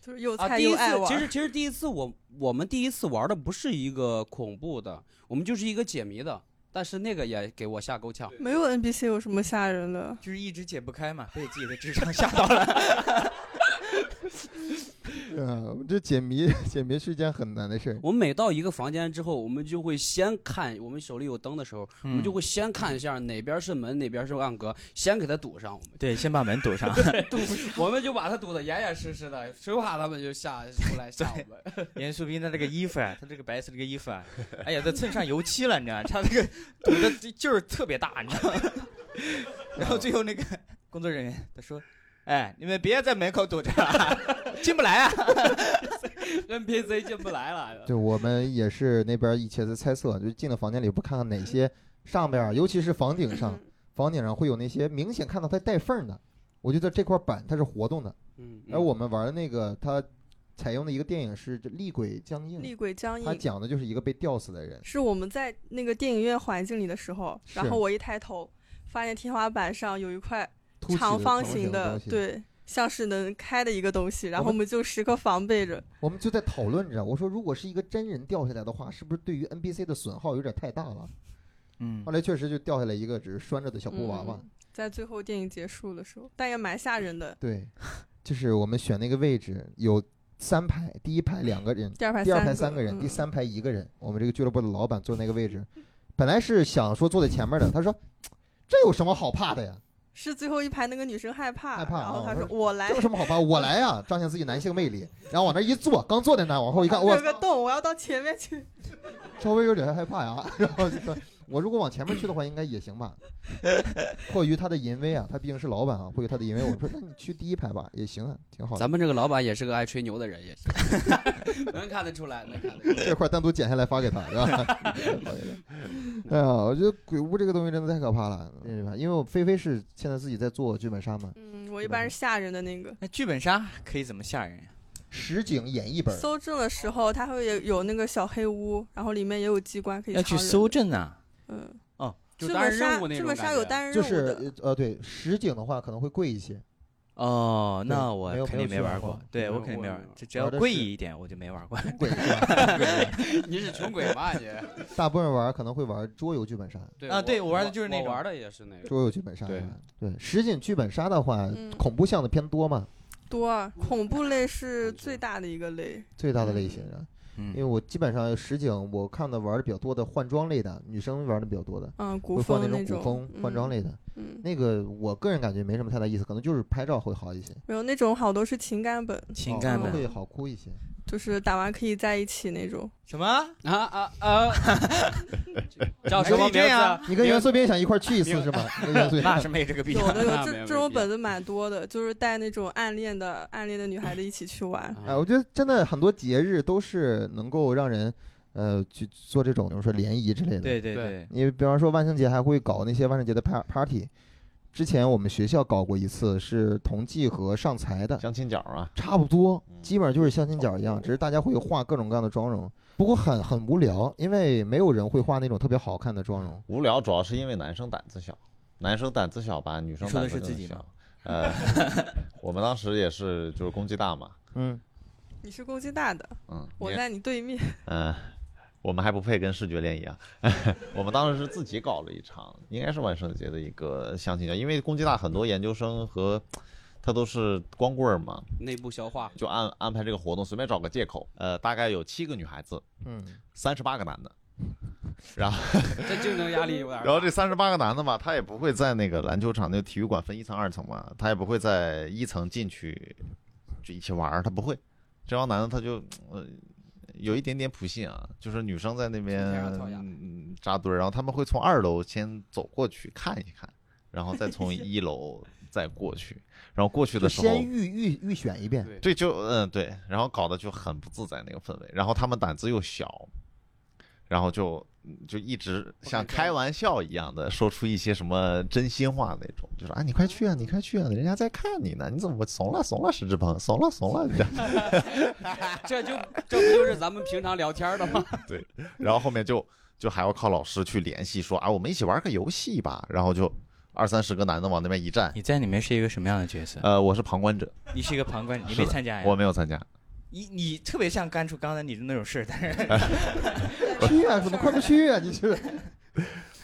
Speaker 4: 就是又
Speaker 5: 啊，
Speaker 4: 菜
Speaker 5: 第一
Speaker 4: 又
Speaker 5: 次
Speaker 4: 爱玩。
Speaker 5: 其实其实第一次我我们第一次玩的不是一个恐怖的，我们就是一个解谜的，但是那个也给我吓够呛。
Speaker 4: 没有 NPC 有什么吓人的？
Speaker 1: 就是一直解不开嘛，被自己的智商吓到了。
Speaker 2: 呃，这解谜解谜是一件很难的事儿。
Speaker 5: 我们每到一个房间之后，我们就会先看，我们手里有灯的时候，我们就会先看一下哪边是门，哪边是暗格，先给它堵上。我们
Speaker 1: 对，先把门堵上，
Speaker 5: 我们就把它堵得严严实实的，谁怕他们就下出来吓我们。
Speaker 1: 严树斌的这个衣服啊，他这个白色这个衣服啊， 哎呀，都蹭上油漆了，你知道吗，他这个 堵的劲儿特别大，你知道吗？ 然后最后那个工作人员他说：“哎，你们别在门口堵着了， 进不来啊。
Speaker 5: NPC 进不来了。
Speaker 2: 对我们也是那边一切的猜测，就进了房间里不看看哪些上边儿，啊尤其是房顶
Speaker 5: 嗯
Speaker 2: 上，房顶上会有那些明显看到它带缝儿的。我觉得这块板它是活动的，
Speaker 5: 嗯，
Speaker 2: 而我们玩的那个它采用的一个电影是这《厉鬼僵硬
Speaker 4: 厉》，鬼僵
Speaker 2: 它
Speaker 4: 硬
Speaker 2: 嗯讲的就是一个被吊死的人。
Speaker 4: 是我们在那个电影院环境里的时候，
Speaker 2: 是
Speaker 4: 然后我一抬头，发现天花板上有一块
Speaker 2: 凸起的
Speaker 4: 长方
Speaker 2: 的
Speaker 4: 形的，
Speaker 2: 东西，
Speaker 4: 对，像是能开的一个东西，然后
Speaker 2: 我
Speaker 4: 我
Speaker 2: 们
Speaker 4: 们就时刻防备着。
Speaker 2: 我们就在讨论着。我说，如果是一个真人掉下来的话，是不是对于 NPC 的损耗有点太大了？”
Speaker 1: 嗯
Speaker 2: 后，来确实就掉下来一个只是拴着的小布娃娃。
Speaker 4: 嗯在最后电影结束的时候，但也蛮吓人的。
Speaker 2: 对，就是我们选那个位置有三排，第一排两个人，
Speaker 4: 第二排
Speaker 2: 第二排
Speaker 4: 三
Speaker 2: 三个人，
Speaker 4: 嗯
Speaker 2: 第三排一个人。我们这个俱乐部的老板坐那个位置，本来是想说坐在前面的，他说这有什么好怕的呀？
Speaker 4: 是最后一排那个女生害怕，
Speaker 2: 害怕
Speaker 4: 然后
Speaker 2: 啊
Speaker 4: 她
Speaker 2: 我
Speaker 4: 说
Speaker 2: 说
Speaker 4: 我来
Speaker 2: 这有，什么好怕？我来呀，彰显自己男性魅力。然后往那一坐，刚坐在那儿，往后一看，我
Speaker 4: 有个洞，我要到前面去。
Speaker 2: 稍微有点害怕呀。 然后就说我如果往前面去的话，应该也行吧。迫于他的淫威啊，他毕竟是老板啊，迫于他的淫威，我说那你去第一排吧，也行啊，挺好的。
Speaker 5: 咱们这个老板也是个爱吹牛的人，也是 能看得出来，能看得出来。
Speaker 2: 这块单独剪下来发给他，是吧？哎呀，我觉得鬼屋这个东西真的太可怕了，对吧？因为我菲菲是现在自己在做剧本杀嘛，
Speaker 4: 嗯，我一般是吓人的那个。
Speaker 1: 那剧本杀可以怎么吓人啊？
Speaker 2: 实景演一本，
Speaker 4: 搜证的时候，它会有有那个小黑屋，然后里面也有机关可以
Speaker 1: 要去
Speaker 4: 藏人
Speaker 1: 搜证啊？
Speaker 4: 嗯，
Speaker 5: 哦就
Speaker 4: 剧
Speaker 5: 单
Speaker 4: 本
Speaker 5: 人
Speaker 4: 杀
Speaker 5: 任务那
Speaker 4: 剧
Speaker 5: 种
Speaker 4: 本杀有
Speaker 5: 感
Speaker 4: 单人
Speaker 2: 就
Speaker 4: 任务
Speaker 2: 是
Speaker 4: 的，
Speaker 2: 呃，对，实景的话可能会贵一些，
Speaker 1: 哦，
Speaker 2: 对
Speaker 1: 那
Speaker 2: 没有
Speaker 1: 我肯定没
Speaker 2: 没有
Speaker 1: 玩
Speaker 2: 去玩
Speaker 1: 过
Speaker 2: 过，
Speaker 1: 对
Speaker 5: 没
Speaker 1: 我
Speaker 5: 有
Speaker 1: 肯定没
Speaker 5: 我
Speaker 1: 玩
Speaker 5: 没有，
Speaker 1: 这只要
Speaker 2: 玩的
Speaker 1: 贵
Speaker 2: 是
Speaker 1: 一点我就没玩过。
Speaker 2: 贵是吧？
Speaker 5: 觉。你是穷鬼吧你？
Speaker 2: 大部分玩可能会玩桌游剧本杀，
Speaker 5: 对
Speaker 1: 啊对我玩的就是那
Speaker 5: 我
Speaker 1: 种
Speaker 5: 玩的也是那个。
Speaker 2: 桌游剧本杀啊
Speaker 5: 对
Speaker 2: 对实景剧本杀的话
Speaker 4: 嗯，
Speaker 2: 恐怖向的偏多嘛，
Speaker 4: 多啊
Speaker 5: 嗯
Speaker 4: 恐怖类是最大的一个类。
Speaker 2: 最大的类型啊。因 为
Speaker 1: 嗯，
Speaker 2: 我基本上实景我看的玩的比较多的换装类的，女生玩的比较多的，
Speaker 4: 嗯，古
Speaker 2: 会放
Speaker 4: 风
Speaker 2: 那种
Speaker 4: 种
Speaker 2: 古风换装，类的。
Speaker 4: 嗯，嗯
Speaker 2: 那个我个人感觉没什么太大意思，可能就是拍照会好一些，
Speaker 4: 没有那种好多是情感本，
Speaker 1: 情感
Speaker 2: 哦
Speaker 1: 的
Speaker 2: 会好哭一些。
Speaker 4: 就是打完可以在一起那种。
Speaker 1: 什么？
Speaker 5: 啊啊 啊！叫什么
Speaker 1: 还可以这
Speaker 5: 名字啊
Speaker 1: 样？
Speaker 2: 你跟袁素斌想一块儿去一次 是吗？跟袁素斌
Speaker 1: 那是没这个必
Speaker 4: 有
Speaker 1: 要。
Speaker 4: 的有
Speaker 5: 那
Speaker 4: 这
Speaker 5: 没有
Speaker 4: 这种
Speaker 5: 必
Speaker 4: 本子蛮多的，就是带那种暗恋的暗恋的女孩子一起去
Speaker 5: 啊
Speaker 4: 玩。
Speaker 2: 哎，我觉得真的很多节日都是能够让人，呃，去做这种，比如说联谊之类的。，
Speaker 1: 对对
Speaker 5: 对
Speaker 1: 对，
Speaker 2: 因为比方说万圣节还会搞那些万圣节的 par party，之前我们学校搞过一次，是同济和上财的，
Speaker 3: 相亲角啊，
Speaker 2: 差不多，
Speaker 3: 嗯
Speaker 2: 基本上就是相亲角一样，只是大家会画各种各样的妆容，不过很很无聊，因为没有人会画那种特别好看的妆容。
Speaker 3: 无聊主要是因为男生胆子小，男生胆子小吧，女生
Speaker 1: 你说的
Speaker 3: 胆子
Speaker 1: 是自
Speaker 3: 更
Speaker 1: 己吗
Speaker 3: 小。呃， 我们当时也是就是攻击大嘛，
Speaker 2: 嗯，
Speaker 4: 你是攻击大的，
Speaker 3: 嗯，
Speaker 4: 我
Speaker 3: 也
Speaker 4: 在你对面。
Speaker 3: 嗯，我们还不配跟视觉联谊啊！ 我们当时是自己搞了一场，应该是万圣节的一个相亲角，因为工技大很多研究生和他都是光棍儿嘛，
Speaker 5: 内部消化。
Speaker 3: 就安安排这个活动，随便找个借口。呃，大概有七个女孩子，
Speaker 2: 嗯，
Speaker 3: 三十八个男的。
Speaker 5: 这竞争压力有点儿大。
Speaker 3: 然后这三十八个男的嘛，他也不会在那个篮球场那个体育馆分一层二层嘛，他也不会在一层进去就一起玩儿，他不会。这帮男的他就呃有一点点普信啊，就是女生在那边
Speaker 5: 从天上跳下
Speaker 3: 嗯扎堆儿，然后他们会从二楼先走过去看一看，然后再 从一楼再过去，然后过去
Speaker 2: 就
Speaker 3: 的时候
Speaker 2: 先预预预选一遍。
Speaker 5: 对
Speaker 3: 对，就嗯对，然后搞得就很不自在那个氛围，然后他们胆子又小，然后就就一直像开玩笑一样的说出一些什么真心话那种，就是啊，你快去啊，你快去啊，人家在看你呢，你怎么怂了怂了，石志鹏，怂了怂了， 你这样
Speaker 5: 这就这不就是咱们平常聊天的吗？
Speaker 3: 对，然后后面就就还要靠老师去联系说啊，我们一起玩个游戏吧，然后就二三十个男的往那边一站，
Speaker 1: 你在里面是一个什么样的角色？
Speaker 3: 呃，我是旁观者，
Speaker 1: 你是一个旁观，你
Speaker 3: 是
Speaker 1: 没
Speaker 3: 的
Speaker 1: 参加
Speaker 3: 我
Speaker 1: 哎呀？
Speaker 3: 没有参加，
Speaker 1: 你你特别像甘楚刚才你的那种事儿，但是
Speaker 2: 去啊，怎么快不去啊？你 去，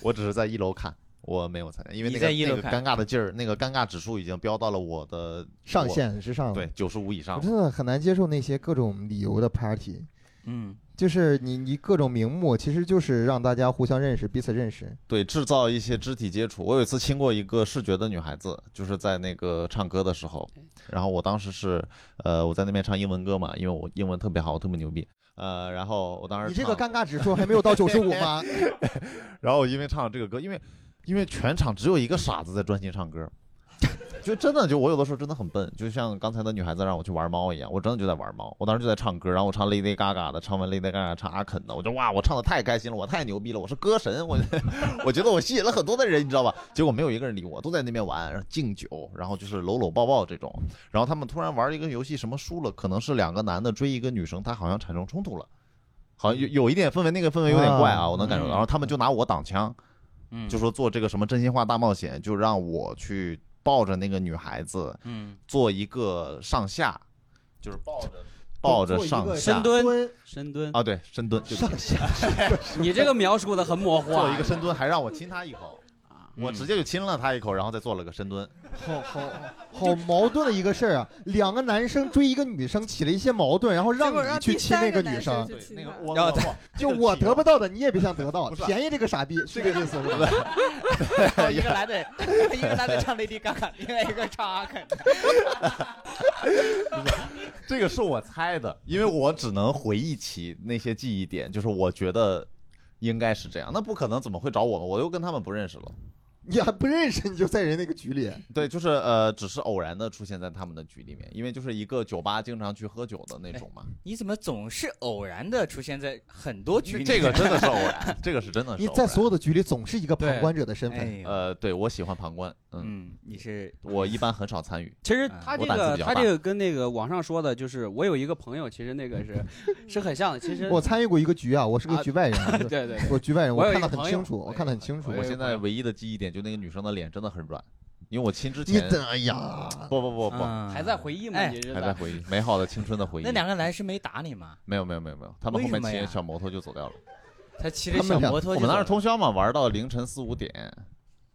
Speaker 3: 我只是在一楼看。我没有参加，因为
Speaker 1: 你
Speaker 3: 那个
Speaker 1: 在一楼
Speaker 3: 那个尴
Speaker 1: 看
Speaker 3: 尬的劲儿，那个尴尬指数已经飙到了我的
Speaker 2: 上
Speaker 3: 我
Speaker 2: 线之上了。
Speaker 3: 对，九十五以
Speaker 2: 嗯
Speaker 3: 上
Speaker 2: 我。真的很难接受那些各种理由的 party，
Speaker 1: 嗯，
Speaker 2: 就是你你各种名目，其实就是让大家互相认识，彼此认识。
Speaker 3: 对，制造一些肢体接触。我有一次亲过一个视觉的女孩子，就是在那个唱歌的时候，然后我当时是，呃，我在那边唱英文歌嘛，因为我英文特别好，我特别牛逼，呃，然后我当时
Speaker 2: 你这
Speaker 3: 唱
Speaker 2: 个尴尬指数还没有到九十五吗？
Speaker 3: 然后我因为唱了这个歌，因为因为全场只有一个傻子在专心唱歌， 就真的就我有的时候真的很笨，就像刚才的女孩子让我去玩猫一样，我真的就在玩猫，我当时就在唱歌，然后我唱 Lady Gaga 的，唱完 Lady Gaga 唱阿肯的，我就哇，我唱的太开心了，我太牛逼了，我是歌神，我 我觉得我吸引了很多的人，你知道吧？结果没有一个人理我，都在那边玩，然后敬酒，然后就是搂搂抱抱这种，然后他们突然玩一个游戏，什么输了，可能是两个男的追一个女生，他好像产生冲突了。好像有有一点氛围，那个氛围有点怪啊，
Speaker 2: 啊
Speaker 3: 我能感受
Speaker 1: 嗯
Speaker 3: 到。然后他们就拿我挡枪，
Speaker 1: 嗯
Speaker 3: 就说做这个什么真心话大冒险，就让我去抱着那个女孩子
Speaker 1: 嗯，
Speaker 3: 做一个上下，就是抱着抱着上下
Speaker 5: 深蹲，深蹲，
Speaker 3: 啊，对，深蹲，对不起
Speaker 5: 你这个描述的很模糊
Speaker 3: 做一
Speaker 5: 啊
Speaker 3: 个。深蹲，还让我亲她一口，我直接就亲了她一口，然后再做了个深蹲。
Speaker 2: 好好好矛盾的一个事儿啊！两个男生追一个女生起了一些矛盾，然后
Speaker 4: 结果
Speaker 2: 让
Speaker 4: 让
Speaker 2: 你去
Speaker 4: 第
Speaker 2: 亲
Speaker 4: 三
Speaker 2: 那
Speaker 4: 个
Speaker 2: 个
Speaker 4: 男
Speaker 2: 女
Speaker 4: 生
Speaker 2: 生
Speaker 4: 去，亲
Speaker 3: 那个
Speaker 4: 她
Speaker 3: 我
Speaker 1: 然后
Speaker 3: 我我
Speaker 2: 就
Speaker 3: 这个
Speaker 2: 我
Speaker 3: 气
Speaker 2: 得不到的你也别想得到，
Speaker 3: 不是
Speaker 2: 便宜这个傻逼，是这个意思吗？
Speaker 1: 一个 男的，一个男的唱 Lady Gaga，另外一个唱阿肯。
Speaker 3: 这个是我猜的，因为我只能回忆起那些记忆点，就是我觉得应该是这样，那不可能，怎么会找我们？我又跟他们不认识了。
Speaker 2: 你还不认识，你就在人那个局里，
Speaker 3: 对，就是呃，只是偶然的出现在他们的局里面，因为就是一个酒吧经常去喝酒的那种嘛。
Speaker 1: 你怎么总是偶然的出现在很多局里？
Speaker 3: 这个真的是偶然，这个是真的是
Speaker 2: 你
Speaker 3: 偶然。
Speaker 2: 在所有的局里总是一个旁
Speaker 5: 对
Speaker 2: 观者的身份。
Speaker 1: 哎呦，
Speaker 3: 呃，对我喜欢旁观，嗯，
Speaker 1: 嗯，你是
Speaker 3: 我一般很少参与。
Speaker 5: 其实他
Speaker 3: 嗯
Speaker 5: 这
Speaker 3: 我胆子
Speaker 5: 个
Speaker 3: 比较
Speaker 5: 他
Speaker 3: 大
Speaker 5: 这个跟那个网上说的，就是我有一个朋友，其实那个是是很像的。其实
Speaker 2: 我参与过一个局啊，我是个
Speaker 5: 啊
Speaker 2: 局外人啊，
Speaker 5: 对对对
Speaker 2: 我局外人，
Speaker 5: 我有
Speaker 2: 看
Speaker 5: 一
Speaker 2: 得
Speaker 5: 个
Speaker 2: 很
Speaker 5: 朋友
Speaker 2: 清楚，我看得很清楚
Speaker 5: 我。有
Speaker 3: 我
Speaker 5: 一个
Speaker 3: 现
Speaker 5: 朋
Speaker 3: 在
Speaker 5: 友
Speaker 3: 唯一的记忆点就那个女生的脸真的很软，因为我亲之
Speaker 2: 你
Speaker 3: 前，
Speaker 2: 怎嗯哎呀？
Speaker 3: 不不不不，
Speaker 1: 啊
Speaker 5: 还在回忆吗？
Speaker 1: 哎
Speaker 5: 你是
Speaker 3: 嗯还在回忆美好的青春的回忆。
Speaker 1: 那两个男是没打你吗？
Speaker 3: 没有没有没有没有，他们
Speaker 1: 为
Speaker 3: 后面
Speaker 1: 什么
Speaker 3: 骑
Speaker 1: 呀
Speaker 3: 小摩托就走掉了。
Speaker 1: 他骑着
Speaker 2: 他们
Speaker 1: 小
Speaker 2: 俩
Speaker 1: 摩托
Speaker 3: 我
Speaker 1: 就
Speaker 3: 们
Speaker 1: 走
Speaker 3: 当时
Speaker 1: 了，
Speaker 3: 通宵嘛，玩到凌晨四五点，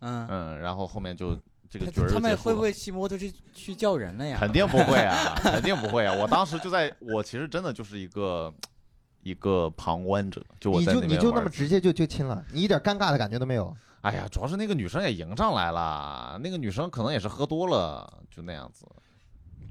Speaker 1: 嗯，
Speaker 3: 嗯，然后后面就这个局
Speaker 1: 他
Speaker 3: 儿就
Speaker 1: 他们
Speaker 3: 结束
Speaker 1: 会不
Speaker 3: 了
Speaker 1: 会骑摩托去去叫人了呀？
Speaker 3: 肯定不会啊，肯定不会啊！我当时就在，我其实真的就是一个一个旁观者，就我
Speaker 2: 你
Speaker 3: 在
Speaker 2: 就
Speaker 3: 那
Speaker 2: 你
Speaker 3: 边
Speaker 2: 就那
Speaker 3: 玩
Speaker 2: 么。直接就就亲了，你一点尴尬的感觉都没有。
Speaker 3: 哎呀，主要是那个女生也迎上来了，那个女生可能也是喝多了，就那样子。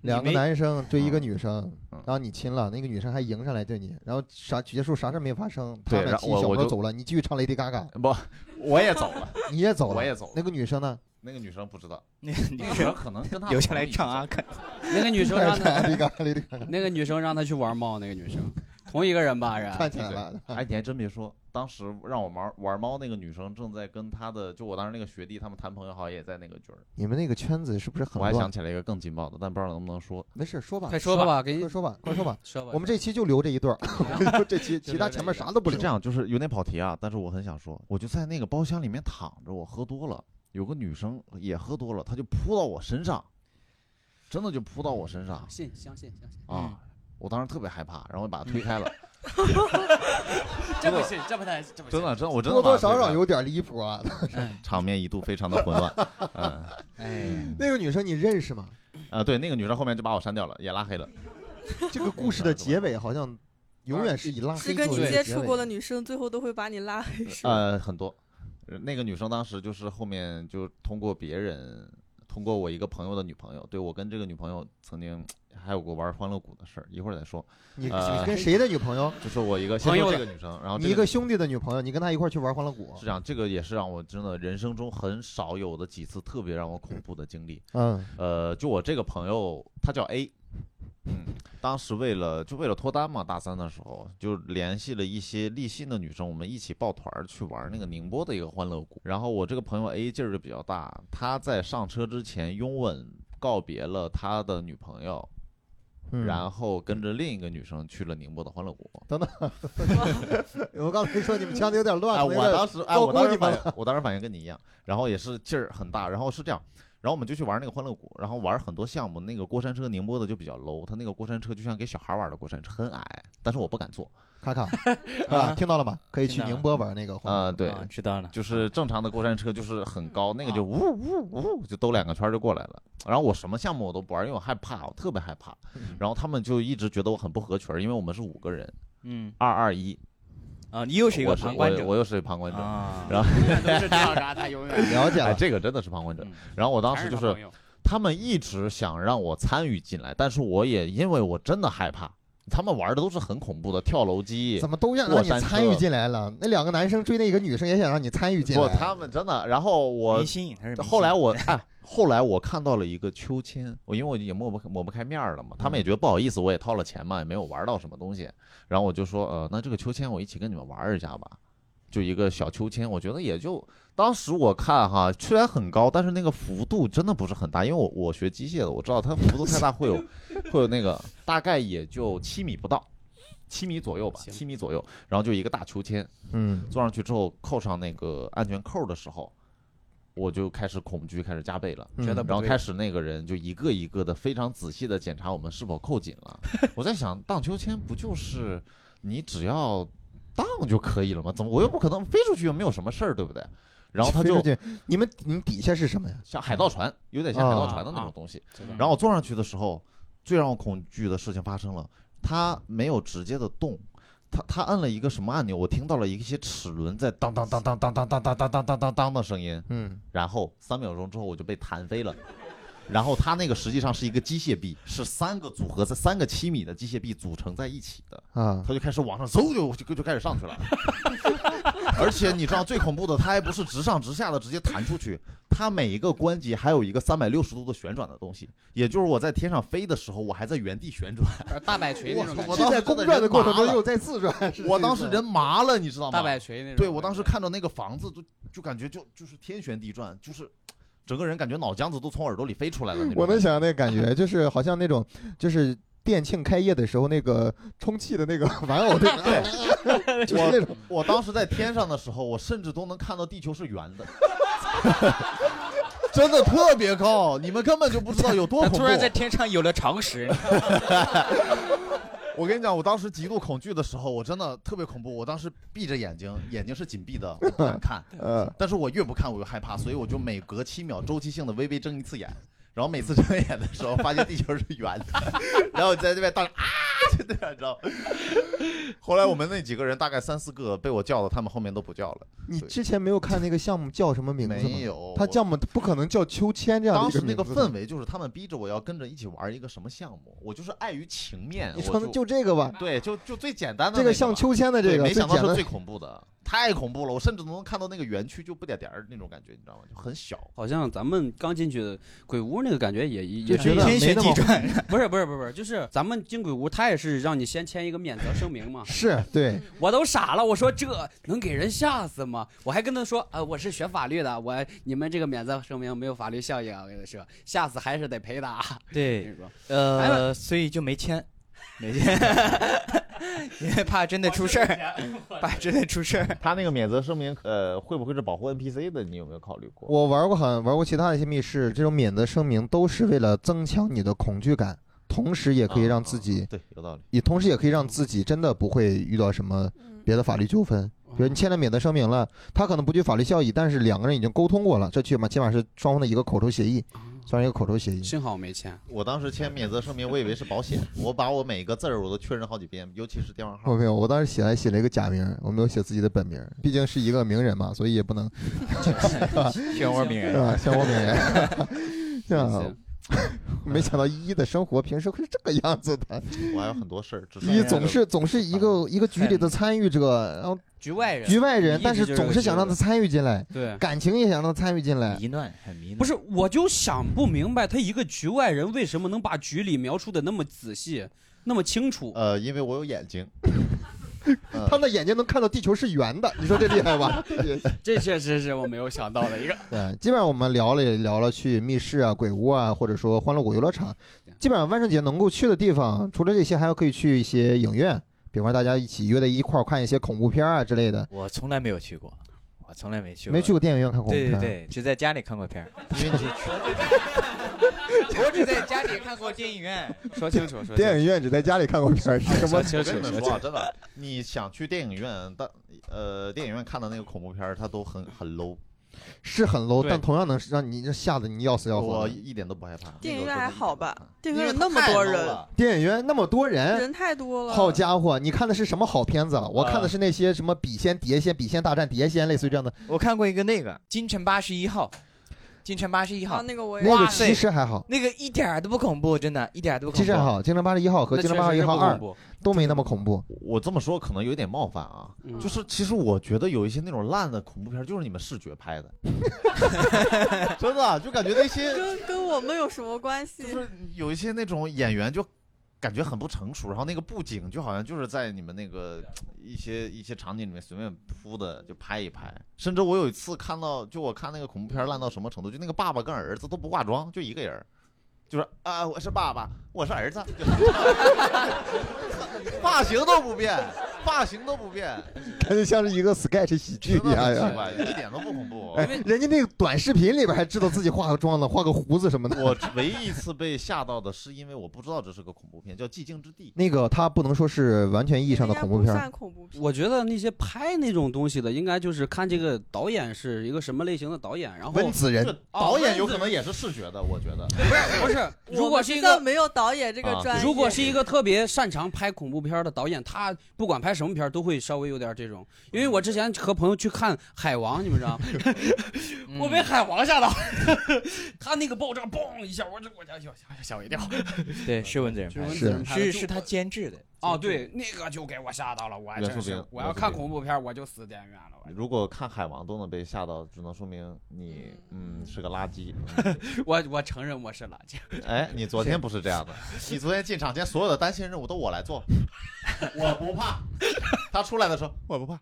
Speaker 2: 两个
Speaker 1: 没
Speaker 2: 男生追一个女生，
Speaker 3: 嗯
Speaker 2: 然后你亲了，那个女生还迎上来对你，然后啥结束啥事儿没发生，他
Speaker 3: 对
Speaker 2: 们
Speaker 3: 然后
Speaker 2: 骑小
Speaker 3: 我我
Speaker 2: 摩托
Speaker 3: 就
Speaker 2: 走了，你继续唱 Lady Gaga，
Speaker 3: 不，我也走了，
Speaker 2: 你也 走了，
Speaker 3: 我也走了
Speaker 2: 那个女生呢？
Speaker 3: 那个女生不 知道，
Speaker 1: 你 你
Speaker 3: 那个女生可能跟她
Speaker 1: 留下来
Speaker 3: 朋友一起
Speaker 1: 唱阿
Speaker 2: 啊
Speaker 3: 走
Speaker 1: 肯。
Speaker 5: 那个女 生让他
Speaker 2: Lady Gaga，Lady Gaga，
Speaker 5: 那个女生让他去玩猫，那个女生同一个人吧？是
Speaker 2: 看起来了，
Speaker 3: 哎，你还真别说，当时让我玩玩猫那个女生正在跟她的，就我当时那个学弟他们谈朋友，好像也在那个局儿。
Speaker 2: 你们那个圈子是不是很
Speaker 3: 我还想
Speaker 2: 乱？
Speaker 3: 起来一个更劲爆的，但不知道能不能说。
Speaker 2: 没事，说吧
Speaker 5: 快，说吧，给你
Speaker 2: 快说吧，快说 吧。
Speaker 5: 说吧。
Speaker 2: 我们这期就留这一段儿， 我们就这期其他前面啥都不
Speaker 3: 是
Speaker 2: 留
Speaker 3: 这。样，就是有点跑题啊，但是我很想说，我就在那个包厢里面躺着，我喝多了，有个女生也喝多了，她就扑到我身上，真的就扑到我身上
Speaker 5: 信相信相信，
Speaker 3: 啊！我当时特别害怕，然后把她推开了，
Speaker 5: 这不信，这不太这 不
Speaker 3: 真
Speaker 5: 信。
Speaker 3: 的真的我真的
Speaker 2: 多多
Speaker 3: 把她推开
Speaker 2: 少
Speaker 3: 了
Speaker 2: 少有点离谱 啊！
Speaker 3: 场面一度非常的混乱，嗯
Speaker 1: 哎，
Speaker 2: 那个女生你认识吗？
Speaker 3: 啊，对，那个女生后面就把我删掉了，也拉黑了，
Speaker 2: 这个故事的结尾好像永远是以拉
Speaker 4: 是
Speaker 2: 黑
Speaker 4: 跟你
Speaker 2: 作为
Speaker 4: 接
Speaker 2: 结
Speaker 4: 触
Speaker 2: 尾嗯
Speaker 4: 过的女生，最后都会把你拉黑，是吗？
Speaker 3: 呃，很多。呃那个女生当时就是后面就通过别人，通过我一个朋友的女朋友，对我跟这个女朋友曾经还有过玩欢乐谷的事儿，一会儿再说。
Speaker 2: 你
Speaker 3: 呃
Speaker 2: 你跟谁的女朋友？
Speaker 3: 就是我一个先
Speaker 5: 朋
Speaker 3: 说
Speaker 5: 友
Speaker 3: 这
Speaker 5: 的
Speaker 3: 个女生，然后这
Speaker 2: 你一
Speaker 3: 个
Speaker 2: 个兄弟的女朋友，你跟她一块儿去玩欢乐谷
Speaker 3: 是？这样，这个也是让我真的人生中很少有的几次特别让我恐怖的经历。
Speaker 2: 嗯，
Speaker 3: 呃，就我这个朋友，他叫 A，嗯，当时为了就为了脱单嘛，大三的时候就联系了一些立信的女生，我们一起抱团儿去玩那个宁波的一个欢乐谷。然后我这个朋友 A 劲儿就比较大，他在上车之前拥吻告别了他的女朋友，
Speaker 2: 嗯
Speaker 3: 然后跟着另一个女生去了宁波的欢乐谷。
Speaker 2: 我刚才说你们腔的有点乱，
Speaker 3: 哎，
Speaker 2: 可能有
Speaker 3: 我
Speaker 2: 点
Speaker 3: 当时哎，
Speaker 2: 高
Speaker 3: 我
Speaker 2: 估
Speaker 3: 当时
Speaker 2: 你们
Speaker 3: 反应，我当时反应跟你一样，然后也是劲儿很大，然后是这样，然后我们就去玩那个欢乐谷，然后玩很多项目，那个过山车宁波的就比较 low，它那个过山车就像给小孩玩的过山车，很矮，但是我不敢坐，
Speaker 2: 卡 卡啊，听到了吗？可以去宁波玩那个环
Speaker 3: 啊、对。
Speaker 1: 啊知道了。
Speaker 3: 就是正常的过山车，就是很 高，那个就呜呜呜就兜两个圈儿就过来了。然后我什么项目我都不玩，因为我害怕，我特别害怕。然后他们就一直觉得我很不合群儿，因为我们是五个人，
Speaker 1: 嗯
Speaker 3: 二二一，
Speaker 1: 啊，你又是一个
Speaker 3: 我是
Speaker 1: 旁观
Speaker 3: 我
Speaker 1: 者
Speaker 3: 我又是旁观者。
Speaker 1: 啊，
Speaker 3: 然后
Speaker 5: 永远都是这样啥，他永远
Speaker 2: 了解
Speaker 3: 哎，
Speaker 2: 了，
Speaker 3: 这个真的是旁观者
Speaker 1: 嗯。
Speaker 3: 然后我 当
Speaker 5: 还
Speaker 3: 时就
Speaker 5: 他
Speaker 3: 是
Speaker 5: 朋友
Speaker 3: 他们一直想让我参与进来，但是我也因为我真的害怕，他们玩的都是很恐怖的跳楼机
Speaker 2: 怎。么都让让你
Speaker 3: 过山车
Speaker 2: 参与进来了？那两个男生追那一个女生，也想让你参与进
Speaker 3: 不，
Speaker 2: 来。
Speaker 3: 他们真的。然后我
Speaker 1: 明星他是明
Speaker 3: 后来
Speaker 1: 星
Speaker 3: 我哎，后来我看到了一个秋千，我因为我也抹不抹不开面儿了嘛，他
Speaker 1: 嗯
Speaker 3: 们也觉得不好意思，我也掏了钱嘛，也没有玩到什么东西。然后我就说，呃，那这个秋千我一起跟你们玩一下吧。就一个小秋千，我觉得也就当时我看哈，虽然很高，但是那个幅度真的不是很大，因为我我学机械的，我知道它幅度太大会有会有那个大概也就七米不到，七米左右吧，
Speaker 5: 行
Speaker 3: 七米左右，然后就一个大秋千，
Speaker 2: 嗯，
Speaker 3: 坐上去之后扣上那个安全扣的时候，我就开始恐惧开始加倍了。
Speaker 2: 嗯
Speaker 1: 觉得不
Speaker 3: 然后
Speaker 1: 对
Speaker 3: 开始那个人就一个一个的非常仔细的检查我们是否扣紧 了。我在想，荡秋千不就是你只要荡就可以了吗？怎么我又不可能飞出去又没有什么事儿，对不对？然后他
Speaker 2: 飞出
Speaker 3: 就
Speaker 2: 去你们你们底下是什么呀？
Speaker 3: 像海盗船，有点像海盗船的那
Speaker 5: 啊
Speaker 3: 种东西。
Speaker 5: 知道
Speaker 3: 然后我坐上去的时候，最让我恐惧的事情发生了，他没有直接的动，他他按了一个什么按钮，我听到了一些齿轮在当当当当当当当当当当当当当的声音，
Speaker 2: 嗯，
Speaker 3: 然后三秒钟之后我就被弹飞了。然后它那个实际上是一个机械臂，是三个组合在三个七米的机械臂组成在一起的，
Speaker 2: 啊，
Speaker 3: 它就开始往上嗖就就就开始上去了。 而且你知道最恐怖的，它还不是直上直下的直接弹出去，它每一个关节还有一个三百六十度的旋转的东西，也就是我在天上飞的时候，我还在原地旋转。
Speaker 5: 大摆锤那种感
Speaker 3: 我
Speaker 5: 觉
Speaker 2: 是
Speaker 3: 当
Speaker 2: 在
Speaker 3: 时
Speaker 2: 公
Speaker 3: 真的
Speaker 2: 转的
Speaker 3: 人
Speaker 2: 过程中
Speaker 3: 麻了
Speaker 2: 又在自转。是这
Speaker 3: 我当时
Speaker 2: 个
Speaker 3: 人麻了，你知道吗？
Speaker 5: 大摆锤那种。
Speaker 3: 对我当时，看到那个房子就就感觉就就是天旋地转，就是整个人感觉脑浆子都从耳朵里飞出来了那种
Speaker 2: 我
Speaker 3: 感觉。
Speaker 2: 能想象那个感 觉，就是好像那种就是店庆开业的时候那个充气的那个玩 偶，对吧？就是那种
Speaker 3: 我当时在天上的时候，我甚至都能看到地球是圆的， 真的特别高，你们根本就不知道有多
Speaker 1: 他
Speaker 3: 恐怖。
Speaker 1: 突然在天上有了常 识，
Speaker 3: 我跟你讲，我当时极度恐惧的时候，我真的特别恐怖。我当时闭着眼睛，眼睛是紧闭的，我不敢看。
Speaker 2: 呃，
Speaker 3: 但是我越不看我越害怕，所以我就每隔七秒周期性的微微睁一次眼，然后每次睁眼的时候发现地球是圆的， 然后在那边大声啊，就那样，你知道吗。 后来我们那几个人大概三四个被我叫的，他们后面都不叫了。
Speaker 2: 你之前没有看那个项目叫什么名字
Speaker 3: 没
Speaker 2: 吗？
Speaker 3: 有，
Speaker 2: 它项目不可能叫秋千这样的
Speaker 3: 当
Speaker 2: 一个
Speaker 3: 时那
Speaker 2: 名
Speaker 3: 个
Speaker 2: 字吧
Speaker 3: 氛围就是他们逼着我要跟着一起玩一个什么项目，我就是碍于情面，
Speaker 2: 你
Speaker 3: 我
Speaker 2: 说的就这个吧，
Speaker 3: 对，就就最简单的
Speaker 2: 这
Speaker 3: 个
Speaker 2: 个像
Speaker 3: 吧
Speaker 2: 秋千的
Speaker 3: 对
Speaker 2: 这个
Speaker 3: 没
Speaker 2: 最
Speaker 3: 想到
Speaker 2: 简
Speaker 3: 是
Speaker 2: 单
Speaker 3: 最。恐怖的，太恐怖了，我甚至都能看到那个园区就不点点儿那种感觉，你知道吗？就很小。
Speaker 5: 好像咱们刚进去的鬼屋那个感觉也
Speaker 2: 就
Speaker 5: 也
Speaker 2: 觉得
Speaker 1: 天
Speaker 2: 没
Speaker 1: 旋
Speaker 2: 那
Speaker 1: 地
Speaker 2: 么。
Speaker 1: 转，
Speaker 5: 不是不是不是不是，就是咱们进鬼屋，他也是让你先签一个免责声明嘛
Speaker 2: 是
Speaker 3: 嗯
Speaker 2: 对，
Speaker 5: 我都傻了，我说这能给人吓死吗？我还跟他说，呃，我是学法律的，我你们这个免责声明没有法律效应，啊我跟他说，吓死还是得赔的啊。
Speaker 1: 对，
Speaker 5: 跟你说
Speaker 1: 呃，所以就没 签，没签，因为怕真的出事儿，怕真的出事儿。
Speaker 3: 他那个免责声明，呃，会不会是保护 NPC 的？你有没有考虑过？
Speaker 2: 我玩过，好像玩过其他的一些密室，这种免责声明都是为了增强你的恐惧感，同时也可以让
Speaker 3: 啊
Speaker 2: 自己，
Speaker 3: 对，有道理。
Speaker 2: 也同时也可以让自己真的不会遇到什么
Speaker 4: 嗯
Speaker 2: 别的法律纠纷。
Speaker 5: 哦
Speaker 2: 比如你签了免责声明了，他可能不具法律效益，但是两个人已经沟通过了，这起码起码是双方的一个口头协议，算是一个口头协议。
Speaker 5: 幸好我 没签，
Speaker 3: 我当时签免责声明，我以为是保险，我把我每个字儿我都确认好几遍，尤其是电话
Speaker 2: 我
Speaker 3: 号。
Speaker 2: 没有，我当时写还写了一个假名，我没有写自己的本名，毕竟是一个名人嘛，所以也不能
Speaker 1: 漩涡鸣
Speaker 2: 是吧？漩涡名人， 是吧
Speaker 5: 行
Speaker 2: 没想到依依的生活平时会是这个样子的，嗯
Speaker 3: 我还有很多事儿，只
Speaker 2: 依依
Speaker 3: 是
Speaker 2: 总 是总是一个一个局里的参与者，然后
Speaker 5: 局外人，
Speaker 2: 局外人
Speaker 5: 一，直
Speaker 2: 但是
Speaker 5: 就是
Speaker 2: 总是想让他参与进来，
Speaker 5: 对。
Speaker 2: 感情也想让他参与进来。
Speaker 1: 迷乱，很迷乱。
Speaker 5: 不是，我就想不明白，他一个局外人为什么能把局里描述的那么仔细，那么清楚。
Speaker 3: 呃，因为我有眼 睛，呃
Speaker 2: 他们的眼睛能看到地球是圆的，你说这厉害吧？
Speaker 5: 这确实是我没有想到的一个。
Speaker 2: 对，基本上我们聊了也聊了去密室啊、鬼屋啊，或者说欢乐谷游乐场，基本上万圣节能够去的地方，除了这些，还可以去一些影院，比方大家一起约在一块儿看一些恐怖片啊之类的。
Speaker 1: 我从来没有去过，我从来没去过，
Speaker 2: 没去过电影院看恐怖
Speaker 1: 对
Speaker 2: 片，
Speaker 1: 对对，只在家里看过片儿。
Speaker 3: 因为你
Speaker 1: 我只在家里看过电影院。
Speaker 5: 说清楚，说清
Speaker 2: 电影院只在家里看过片儿，什么
Speaker 5: 说清
Speaker 3: 我
Speaker 5: 楚
Speaker 3: 跟你，们
Speaker 5: 说
Speaker 3: 说啊，
Speaker 5: 清楚。
Speaker 3: 真的，你想去电影院，但呃，电影院看的那个恐怖片儿，它都很很 low，
Speaker 2: 是很 low，
Speaker 5: 对
Speaker 2: 但同样能让你吓得你要死要活
Speaker 3: 我
Speaker 2: 的。
Speaker 3: 一点都不害怕。
Speaker 4: 电
Speaker 3: 那
Speaker 4: 影
Speaker 3: 个
Speaker 4: 院
Speaker 3: 真的
Speaker 4: 还
Speaker 3: 一点
Speaker 4: 好
Speaker 3: 都不
Speaker 4: 吧
Speaker 3: 害怕？
Speaker 4: 电影
Speaker 3: 因为它
Speaker 4: 院那么
Speaker 3: 太
Speaker 4: 多
Speaker 3: low
Speaker 4: 人，
Speaker 3: 了
Speaker 2: 电影院那么多人，
Speaker 4: 人太多了。
Speaker 2: 好家伙，你看的是什么好片子啊？我看的
Speaker 5: 呃
Speaker 2: 是那些什么笔仙、碟仙、笔仙大战碟仙，类似于这样的。
Speaker 1: 我看过一个那个《京城八十一号》，《京城八十一号
Speaker 4: 啊，》那个我也
Speaker 2: 那个
Speaker 1: 哇
Speaker 2: 其实还好，
Speaker 1: 那个一点儿都不恐怖，真的，一点儿都不恐怖。
Speaker 2: 其实还好，《京城八十一号》和《京城八十一号二》都没那么恐怖。
Speaker 3: 我这么说可能有点冒犯啊，
Speaker 5: 嗯
Speaker 3: 就是其实我觉得有一些那种烂的恐怖片儿，就是你们视觉拍 的， 真的啊就感觉那些
Speaker 4: 跟跟我们有什么关系？
Speaker 3: 就是有一些那种演员就感觉很不成熟，然后那个布景就好像就是在你们那个一些一些场景里面随便铺的，就拍一拍。甚至我有一次看到，就我看那个恐怖片烂到什么程度，就那个爸爸跟儿子都不化妆，就一个人儿。就是啊，我是爸爸，我是儿子， 就发型都不变，发型都不变，
Speaker 2: 感觉像是一个 sketch 喜剧
Speaker 3: 真
Speaker 2: 一样
Speaker 3: 的很
Speaker 2: 哎呀
Speaker 3: 奇。怪，一点都不恐怖。
Speaker 2: 哎，人家那个短视频里边还知道自己化个妆呢，画个胡子什么的。
Speaker 3: 我唯一一次被吓到的是因为我不知道这是个恐怖片，叫《寂静之地》。
Speaker 2: 那个他不能说是完全意义
Speaker 4: 应
Speaker 2: 上的
Speaker 4: 该
Speaker 2: 恐怖
Speaker 4: 不
Speaker 2: 片儿，
Speaker 4: 算恐怖片。
Speaker 5: 我觉得那些拍那种东西的，应该就是看这个导演是一个什么类型的导演，然后
Speaker 2: 温子仁
Speaker 3: 这导演有可能也是视觉的，我觉得。
Speaker 5: 不是，如
Speaker 4: 我
Speaker 5: 果
Speaker 4: 们
Speaker 5: 是
Speaker 4: 学
Speaker 5: 一
Speaker 4: 校
Speaker 5: 个
Speaker 4: 没有导演这个
Speaker 3: 啊
Speaker 4: 专业，
Speaker 5: 如果是一个特别擅长拍恐怖片的导演，他不管拍什么片都会稍微有点这种。因为我之前和朋友去看《海王》，你们知 道吗？
Speaker 1: 嗯
Speaker 5: 我被海王吓到， 他那个爆炸嘣一下，我这我吓吓吓吓我一跳。
Speaker 1: 对是温子仁拍的，
Speaker 2: 是
Speaker 5: 温子仁拍的
Speaker 1: 嗯是
Speaker 5: 就是
Speaker 1: 他监制的。
Speaker 5: 哦，对，那个就给我吓到了，我还
Speaker 3: 元
Speaker 5: 真
Speaker 3: 素
Speaker 5: 是
Speaker 3: 饼，
Speaker 5: 我要
Speaker 3: 元素
Speaker 5: 看
Speaker 3: 饼
Speaker 5: 恐怖片我就死电影院了。
Speaker 3: 如果看海王都能被吓到，只能说明你嗯是个垃圾。嗯
Speaker 5: 我我承认我是垃圾，
Speaker 3: 哎，你昨天不是这样的，你昨天进场前所有的单线任务都我来做，我不怕。他出来的时候我不怕，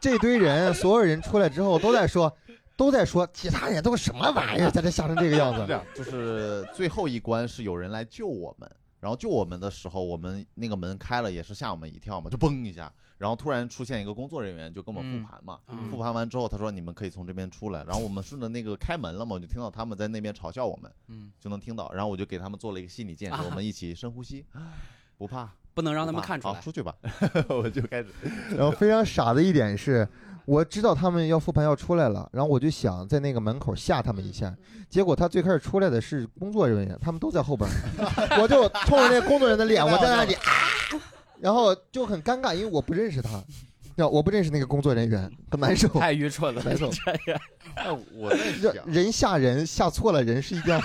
Speaker 2: 这堆人所有人出来之后都在说，都在说其他人都是什么玩意儿，在这吓成这个样
Speaker 3: 是这
Speaker 2: 子。
Speaker 3: 样，就是最后一关是有人来救我们，然后救我们的时候，我们那个门开了也是吓我们一跳嘛，就嘣一下，然后突然出现一个工作人员就跟我
Speaker 1: 嗯
Speaker 3: 们复盘嘛，
Speaker 5: 嗯
Speaker 3: 复盘完之后他说你们可以从这边出来，然后我们顺着那个开门了嘛，我就听到他们在那边嘲笑我们。
Speaker 1: 嗯，
Speaker 3: 就能听到。然后我就给他们做了一个心理建 设，
Speaker 5: 啊
Speaker 3: 我们一起深呼吸，不怕，
Speaker 5: 不能让他
Speaker 3: 不
Speaker 5: 们
Speaker 3: 怕
Speaker 5: 看出
Speaker 3: 好，
Speaker 5: 来。
Speaker 3: 出去吧， 我就开始。
Speaker 2: 然后非常傻的一点是，我知道他们要复盘要出来了，然后我就想在那个门口吓他们一下，结果他最开始出来的是工作人员，他们都在后边儿，我就冲着那工作人员的脸，我在那里啊，然后就很尴尬，因为我不认识他，然后我不认识那个工作人员，很难受。
Speaker 5: 太愚蠢了，
Speaker 2: 难受
Speaker 3: 哎，我在
Speaker 2: 让
Speaker 3: 想，
Speaker 2: 人吓人，吓错了人是一件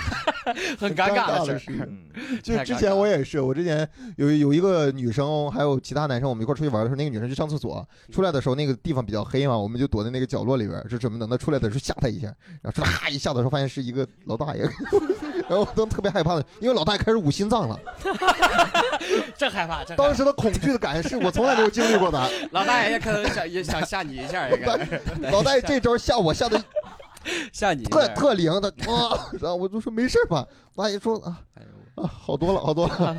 Speaker 5: 很
Speaker 2: 尴
Speaker 5: 尴尬
Speaker 2: 尬
Speaker 5: 事
Speaker 2: 的
Speaker 5: 儿。
Speaker 2: 事儿。
Speaker 3: 嗯，
Speaker 2: 就
Speaker 5: 太
Speaker 2: 之
Speaker 5: 尴
Speaker 2: 前
Speaker 5: 尬
Speaker 2: 我也是，我之前有有一个女生，还有其他男生，我们一块儿出去玩的时候，那个女生去上厕所，出来的时候那个地方比较黑嘛，我们就躲在那个角落里边儿，就准备等她出来的时候吓她一下，然后 出来哈一吓的时候，发现是一个老大爷， 然后我都特别害怕的，因为老大爷开始捂心脏了，
Speaker 5: 这害怕，这害怕
Speaker 2: 当时的恐惧的感是我从来没有经历过 的，
Speaker 5: 老大爷也可能想也想吓你一下，也可能
Speaker 2: 老大爷这招吓我吓得
Speaker 5: 吓你一
Speaker 2: 特
Speaker 5: 下。
Speaker 2: 特灵的啊，然后我就说没事吧，大爷说啊
Speaker 5: 哎呦
Speaker 2: 啊好多了好多 了，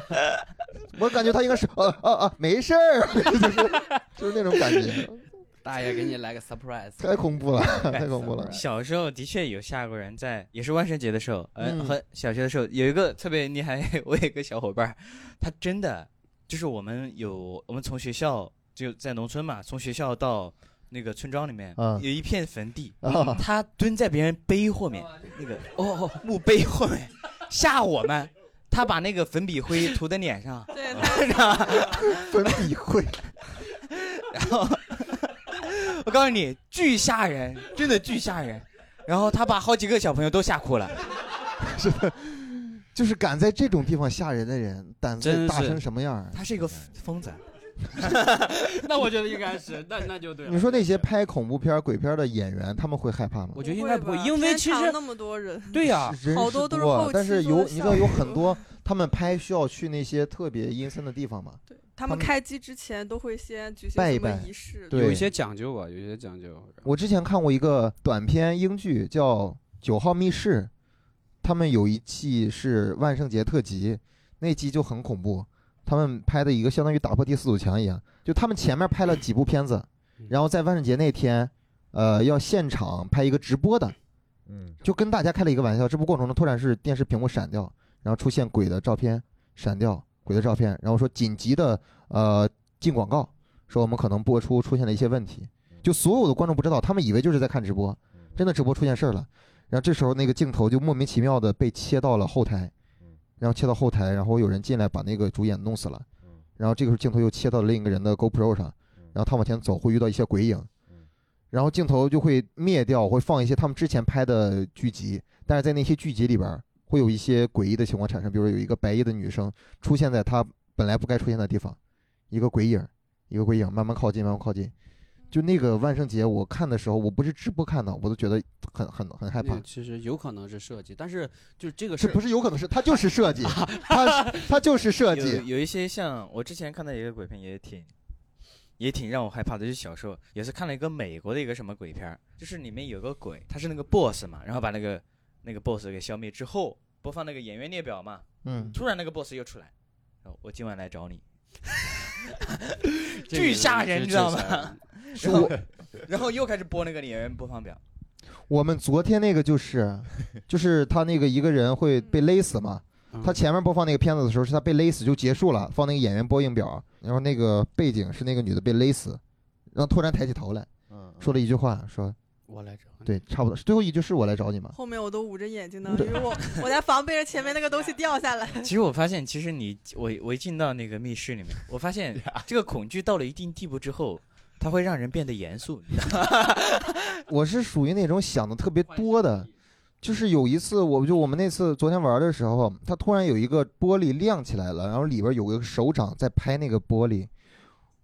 Speaker 2: 我感觉他应该是啊啊啊没事儿， 就是就是那种感觉。
Speaker 5: 大爷给你来个 surprise，
Speaker 2: 太恐怖了， 太恐 怖了
Speaker 5: surprise
Speaker 1: 小时候的确有吓过人在，也是万圣节的时候，呃，
Speaker 2: 嗯
Speaker 1: 和小学的时候有一个特别厉害，我有一个小伙伴儿，他真的就是我们有我们从学校就在农村嘛，从学校到那个村庄里面、
Speaker 2: 啊
Speaker 1: 有一片坟地，
Speaker 2: 啊！
Speaker 1: 他蹲在别人碑后面，那个哦墓碑后面 吓我们，他把那个粉笔灰涂在脸上，
Speaker 5: 啊
Speaker 4: 对他
Speaker 2: 粉笔会，
Speaker 1: 然后 我告诉你，巨吓人，真的巨吓人。然后他把好几个小朋友都吓哭了。
Speaker 2: 就是敢在这种地方吓人的人，胆子
Speaker 5: 真
Speaker 2: 大
Speaker 5: 是
Speaker 2: 成什么样儿？
Speaker 1: 他是一个疯子，
Speaker 5: 那我觉得应该是，那那就对了。
Speaker 2: 你说那些拍恐怖片儿、鬼片儿的演员，他们会害怕吗？
Speaker 5: 我觉得应该不
Speaker 4: 不
Speaker 5: 会，
Speaker 4: 吧
Speaker 5: 因为
Speaker 4: 现
Speaker 5: 其
Speaker 4: 场
Speaker 5: 实
Speaker 4: 那么多人，
Speaker 5: 对呀、
Speaker 2: 人
Speaker 4: 好
Speaker 2: 是
Speaker 4: 多都是
Speaker 2: 多啊
Speaker 4: 后
Speaker 2: 但
Speaker 4: 期
Speaker 2: 是
Speaker 4: 做的
Speaker 2: 有你知道有
Speaker 4: 效
Speaker 2: 很
Speaker 4: 果
Speaker 2: 多他们拍需要去那些特别阴森的地方吗？
Speaker 4: 对他
Speaker 2: 们
Speaker 4: 们开机之前都会先举行
Speaker 2: 拜一
Speaker 4: 什么
Speaker 2: 拜
Speaker 4: 仪式，
Speaker 2: 对
Speaker 5: 有一些讲究啊吧，有一些讲究。
Speaker 2: 我之前看过一个短片英剧叫《九号密室》，他们有一季是万圣节特辑，那集就很恐怖。他们拍的一个相当于打破第四堵墙一样，就他们前面拍了几部片子，然后在万圣节那天，呃，要现场拍一个直播的，
Speaker 3: 嗯，
Speaker 2: 就跟大家开了一个玩笑。直播过程中突然是电视屏幕闪掉，然后出现鬼的照片，闪掉鬼的照片，然后说紧急的呃进广告，说我们可能播出出现了一些问题。就所有的观众不知道，他们以为就是在看直播，真的直播出现事儿了。然后这时候那个镜头就莫名其妙的被切到了后台，然后切到后台，然后有人进来把那个主演弄死了，然后这个时候镜头又切到了另一个人的 GoPro 上，然后他往前走会遇到一些鬼影，然后镜头就会灭掉，会放一些他们之前拍的剧集，但是在那些剧集里边儿会有一些诡异的情况产生，比如有一个白衣的女生出现在她本来不该出现的地方，一个鬼影儿，一个鬼影儿慢慢靠近，慢慢靠近。就那个万圣节，我看的时候，我不是直播看的，我都觉得很很很害怕
Speaker 5: 那。其实有可能是设计，但是就这个
Speaker 2: 是
Speaker 5: 事
Speaker 2: 不是有可能是它就是设计，它它就是设
Speaker 1: 有
Speaker 2: 计。
Speaker 1: 有一些像我之前看到一个鬼片也挺。也挺让我害怕的，就是小时候也是看了一个美国的一个什么鬼片儿，就是里面有个鬼，他是那个 boss 嘛，然后把那个那个 boss 给消灭之后，播放那个演员列表嘛，
Speaker 2: 嗯，
Speaker 1: 突然那个 boss 又出来，然后我今晚来找你，
Speaker 5: 这个
Speaker 1: 巨吓人
Speaker 5: 这
Speaker 1: 你知道吗
Speaker 5: 这吓人
Speaker 2: 是我
Speaker 1: 然后又开始播那个演员播放表，
Speaker 2: 我们昨天那个就是，就是他那个一个人会被勒死嘛。
Speaker 5: 嗯
Speaker 2: 他前面播放那个片子的时候，是他被勒死就结束了，放那个演员播映表，然后那个背景是那个女的被勒死，然后突然抬起头来
Speaker 3: 嗯
Speaker 2: 说了一句话，说
Speaker 5: 我来找你。
Speaker 2: 对，差不多，最后一句是我来找你吗？
Speaker 4: 后面我都捂着眼睛呢，因为我我在防备着前面那个东西掉 下 来。
Speaker 1: 其实我发现，其实你我我一进到那个密室里面，我发现这个恐惧到了一定地步之后，它会让人变得严肃。你知道吗
Speaker 2: 我是属于那种想的特别多的，就是有一次，我就我们那次昨天玩的时候，他突然有一个玻璃亮起来了，然后里边有个手掌在拍那个玻璃，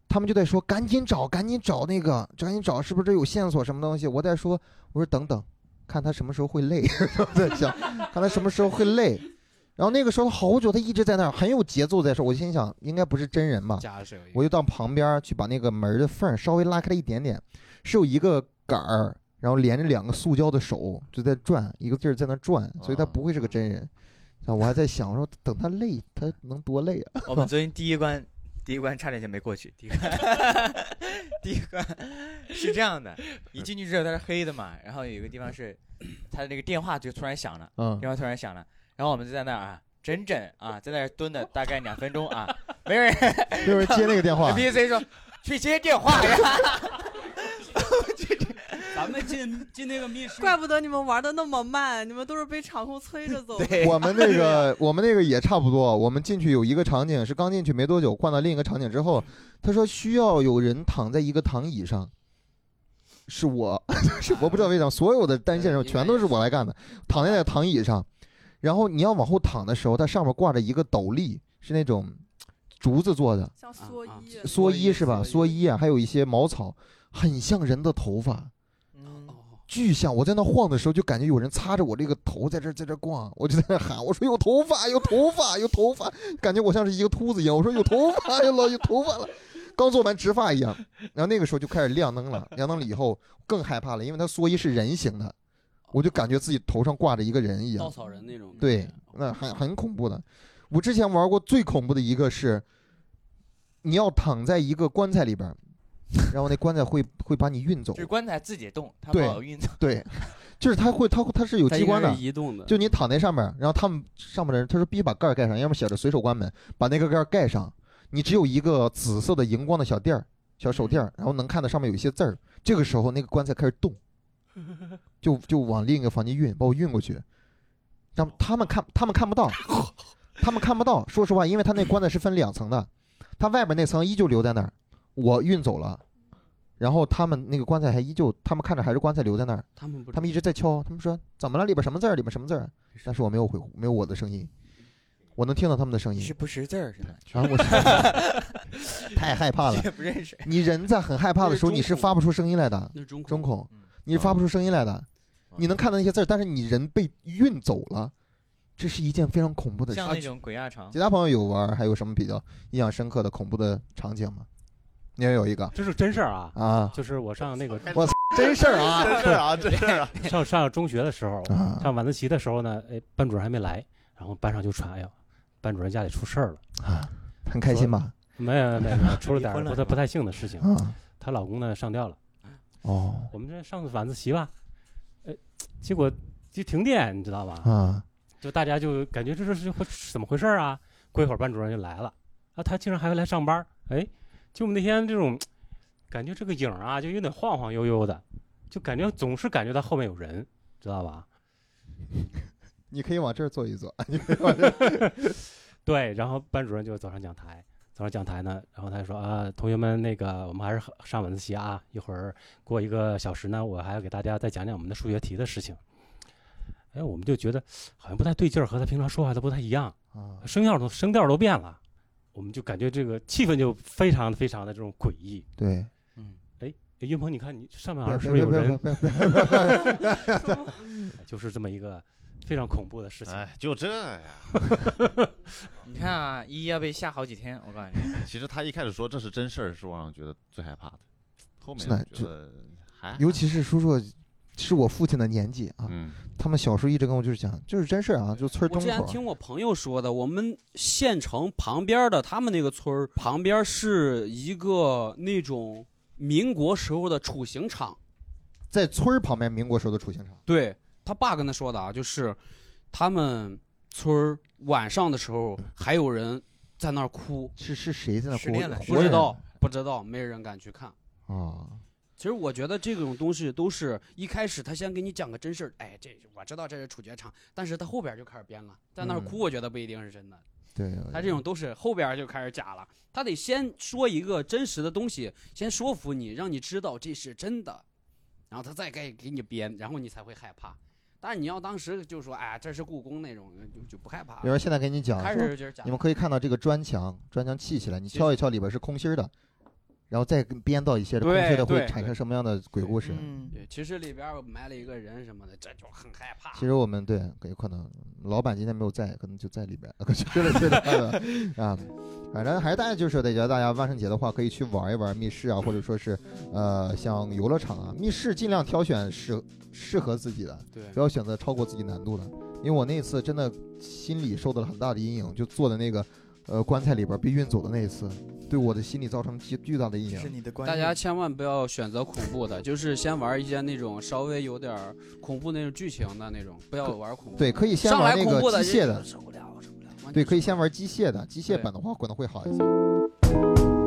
Speaker 2: 他们就在说赶紧找，赶紧找那个，赶紧找，是不是这有线索什么东西？我在说，我说等等，看他什么时候会累， 我在想，看他什么时候会累。然后那个时候好久，他一直在那儿很有节奏在说，我心想应该不是真人吧？
Speaker 5: 加是有一个
Speaker 2: 啊我就到旁边儿去把那个门儿的缝儿稍微拉开了一点点，是有一个杆儿，然后连着两个塑胶的手就在转，一个劲儿在那转，所以他
Speaker 3: 啊
Speaker 2: 不会是个真人。啊，我还在想，我说等他累，他能多累啊？
Speaker 1: 我们昨天第一关，第一关差点就没过去。第一关， 第一关是这样的，一进去之后它是黑的嘛，然后有一个地方是它的那个电话就突然响了，
Speaker 2: 嗯，
Speaker 1: 电话突然响了，然后我们就在那儿啊。整整啊，在那儿蹲了大概两分钟啊，没有人。
Speaker 2: 有人接那个 电话，
Speaker 1: NPC 说去接电话呀，
Speaker 5: 咱们进进那个密室，
Speaker 4: 怪不得你们玩的那么慢，你们都是被场控催着走的。
Speaker 1: 对
Speaker 2: 我们那
Speaker 5: 哎
Speaker 2: 个我们那个也差不多，我们进去有一个场景是刚进去没多久，换到另一个场景之后，他说需要有人躺在一个躺椅上，是我， 就是我不知道为啥所有的单线任务全都是我来干的，躺在那个躺椅上，然后你要往后躺的时候，它上面挂着一个斗笠，是那种竹子做的，
Speaker 4: 像蓑衣
Speaker 5: 啊，啊
Speaker 2: 蓑衣是吧？
Speaker 5: 蓑
Speaker 2: 蓑
Speaker 5: 衣
Speaker 2: 衣啊，还有一些茅草，很像人的头发，
Speaker 1: 嗯
Speaker 5: 哦
Speaker 2: 巨像！我在那晃的时候，就感觉有人擦着我这个头在这儿在这儿逛，我就在那喊，我说有头发，有头发，有头发，感觉我像是一个秃子一样，我说有头发，有老有头发了，刚做完植发一样。然后那个时候就开始亮灯了，亮灯了以后更害怕了，因为它蓑衣是人形的，我就感觉自己头上挂着一个人一
Speaker 5: 稻
Speaker 2: 样，
Speaker 5: 草人那种。哦
Speaker 2: 对，那很很恐怖的。我之前玩过最恐怖的一个是，你要躺在一个棺材里边儿，然后那棺材会会把你运走
Speaker 1: 就，是棺材自己动，它不
Speaker 2: 对
Speaker 1: 好运作。
Speaker 2: 对，就是它会它它是有
Speaker 5: 它
Speaker 2: 机
Speaker 5: 应
Speaker 2: 关
Speaker 5: 该
Speaker 2: 的
Speaker 5: 是。移动的，
Speaker 2: 就你躺在上面，然后他们上面的人，他说必须把盖儿盖上，要么写着随手关门，把那个盖儿盖上。你只有一个紫色的荧光的小垫儿、小手垫儿，然后能看到上面有一些字儿。这个时候，那个棺材开始 动，就就往另一个房间运，把我运过去。他们他们看他们看不 到，他们看不到。说实话，因为他那棺材是分两层的，他外边那层依旧留在那儿，我运走了，然后他们那个棺材还依旧，他们看着还是棺材留在那儿。
Speaker 5: 他们不知
Speaker 2: 他们一直在敲，他们说怎么了？里边什么字儿？里边什么字儿？但是我没有回，没有我的声音。我能听到他们的声
Speaker 1: 你
Speaker 2: 音
Speaker 1: 是不识字儿是吗？
Speaker 2: 啊！我 太害怕 了。
Speaker 1: 也不认识。
Speaker 2: 你人在很害怕的时候，
Speaker 5: 那是中
Speaker 2: 你是
Speaker 5: 控
Speaker 2: 发不出声音来的，
Speaker 5: 那是中
Speaker 2: 中
Speaker 5: 控，嗯啊
Speaker 2: 孔，你是发不出声音来的。你能看到那些字儿，但是你人被运走了，这是一件非常恐怖的事。啊
Speaker 1: 像那种鬼压床
Speaker 2: 其，他朋友有玩儿还有什么比较印象深刻的恐怖的场景吗？你也有一个
Speaker 7: 这是真事儿啊，
Speaker 2: 啊，
Speaker 7: 就是我上那 个
Speaker 2: 我操，真事儿啊
Speaker 3: 真事 儿啊，真事儿啊，
Speaker 7: 上上中学的时候，
Speaker 2: 啊
Speaker 7: 上晚自习的时候呢，哎，班主任还没来，然后班上就传，哎呀，班主任家里出事儿了，
Speaker 2: 啊，很开心吧？
Speaker 7: 没有没有没有，出了点
Speaker 1: 离婚
Speaker 7: 儿
Speaker 1: 了
Speaker 7: 不
Speaker 1: 是
Speaker 7: 太
Speaker 1: 吧
Speaker 7: 不太幸的事情，
Speaker 2: 啊，
Speaker 7: 她老公呢上吊了。
Speaker 2: 哦，
Speaker 7: 我们这上次晚自习吧，呃，结果就停电，你知道吧？
Speaker 2: 啊，
Speaker 7: 就大家就感觉这是是会怎么回事儿啊？过一会儿班主任就来了，啊，他竟然还会来上班儿，哎，就我们那天这种感觉，这个影儿啊，就有点晃晃悠悠的，就感觉总是感觉到后面有人，知道吧？
Speaker 2: 你可以往这儿坐一坐，
Speaker 7: 对，然后班主任就走上讲台，走上讲台呢，然后他就说啊，同学们，那个我们还是上晚自习啊，一会儿过一个小时呢，我还要给大家再讲讲我们的数学题的事情。哎，我们就觉得好像不太对劲儿，和他平常说话都不太一样，
Speaker 2: 啊，
Speaker 7: 声调都声调都变了，我们就感觉这个气氛就非常非常的这种诡异。
Speaker 2: 对，
Speaker 7: 哎云鹏，你看你上面好
Speaker 2: 别
Speaker 7: 像是
Speaker 2: 别
Speaker 7: 不是
Speaker 2: 别
Speaker 7: 有
Speaker 2: 别
Speaker 7: 人？
Speaker 2: 别别，
Speaker 7: 就是这么一个非常恐怖的事情。
Speaker 3: 哎，就这呀。
Speaker 1: 你看啊，一要被吓好几天，我告诉你。
Speaker 3: 其实他一开始说这是真事儿，是我让我觉得最害怕的，后面
Speaker 2: 是的
Speaker 3: 我觉得还
Speaker 2: 尤其是叔叔。是我父亲的年纪啊，
Speaker 3: 嗯，
Speaker 2: 他们小时候一直跟我就是讲，就是真事儿啊，就村儿
Speaker 5: 我
Speaker 2: 东
Speaker 5: 之前
Speaker 2: 口
Speaker 5: 听我朋友说的，我们县城旁边的他们那个村儿旁边是一个那种民国时候的处刑场。
Speaker 2: 在村儿旁边，民国时候的处刑场
Speaker 5: 对他爸跟他说的啊，就是他们村儿晚上的时候还有人在那儿哭，
Speaker 2: 是是谁在那
Speaker 1: 失恋了
Speaker 2: 活
Speaker 1: 不
Speaker 5: 不
Speaker 2: 活
Speaker 5: 知
Speaker 2: 人
Speaker 5: 道不知道，没人敢去看。
Speaker 2: 啊？
Speaker 5: 其实我觉得这种东西都是一开始他先给你讲个真事儿，哎，这我知道这是处决场，但是他后边就开始编了，在
Speaker 2: 嗯
Speaker 5: 那儿哭，我觉得不一定是真的，
Speaker 2: 对，
Speaker 5: 他这种都是后边就开始假了，他得先说一个真实的东西，先说服你，让你知道这是真的，然后他再给给你编，然后你才会害怕。但是你要当时就说，哎，这是故宫那种，就就不害怕
Speaker 2: 比如
Speaker 5: 了。
Speaker 2: 说现在给你讲，
Speaker 5: 开
Speaker 2: 说
Speaker 5: 始就是假
Speaker 2: 你
Speaker 5: 的，
Speaker 2: 们可以看到这个砖墙，砖墙砌起来，你敲一敲，里边是空心儿的，然后再跟编造一些空
Speaker 5: 对
Speaker 2: 心儿的会
Speaker 5: 对
Speaker 2: 产生什么样的鬼故事？
Speaker 1: 嗯，
Speaker 5: 对，其实里边儿埋了一个人什么的，这就很害怕。
Speaker 2: 其实我们对有可能老板今天没有在，可能就在里边， 可能 就是在里边啊。反正还是大家就是得叫大家万圣节的话，可以去玩一玩密室啊，或者说是呃像游乐场啊，密室尽量挑选适适合自己的，
Speaker 5: 对，
Speaker 2: 不要选择超过自己难度的。因为我那一次真的心里受到了很大的阴影，就坐在那个呃棺材里边被运走的那一次，对我的心理造成巨巨大的阴影。
Speaker 1: 你的观
Speaker 5: 大家千万不要选择恐怖的，就是先玩一些那种稍微有点儿恐怖那种剧情的那种，不要玩恐怖。
Speaker 2: 对，，可以先
Speaker 5: 上来
Speaker 2: 玩那
Speaker 5: 恐怖
Speaker 2: 个机械的，
Speaker 5: 受不了，受不了。
Speaker 2: 对，可以先玩机械的，机械
Speaker 5: 对
Speaker 2: 版的话可能会好一些。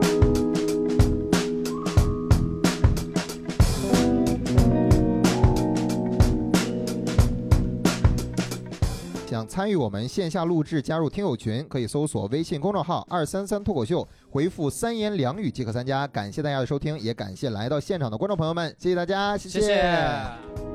Speaker 2: 想参与我们线下录制，加入听友群，可以搜索微信公众号“二三三脱口秀”，回复“三言两语”即可参加。感谢大家的收听，也感谢来到现场的观众朋友们，谢谢大家，谢
Speaker 5: 谢谢。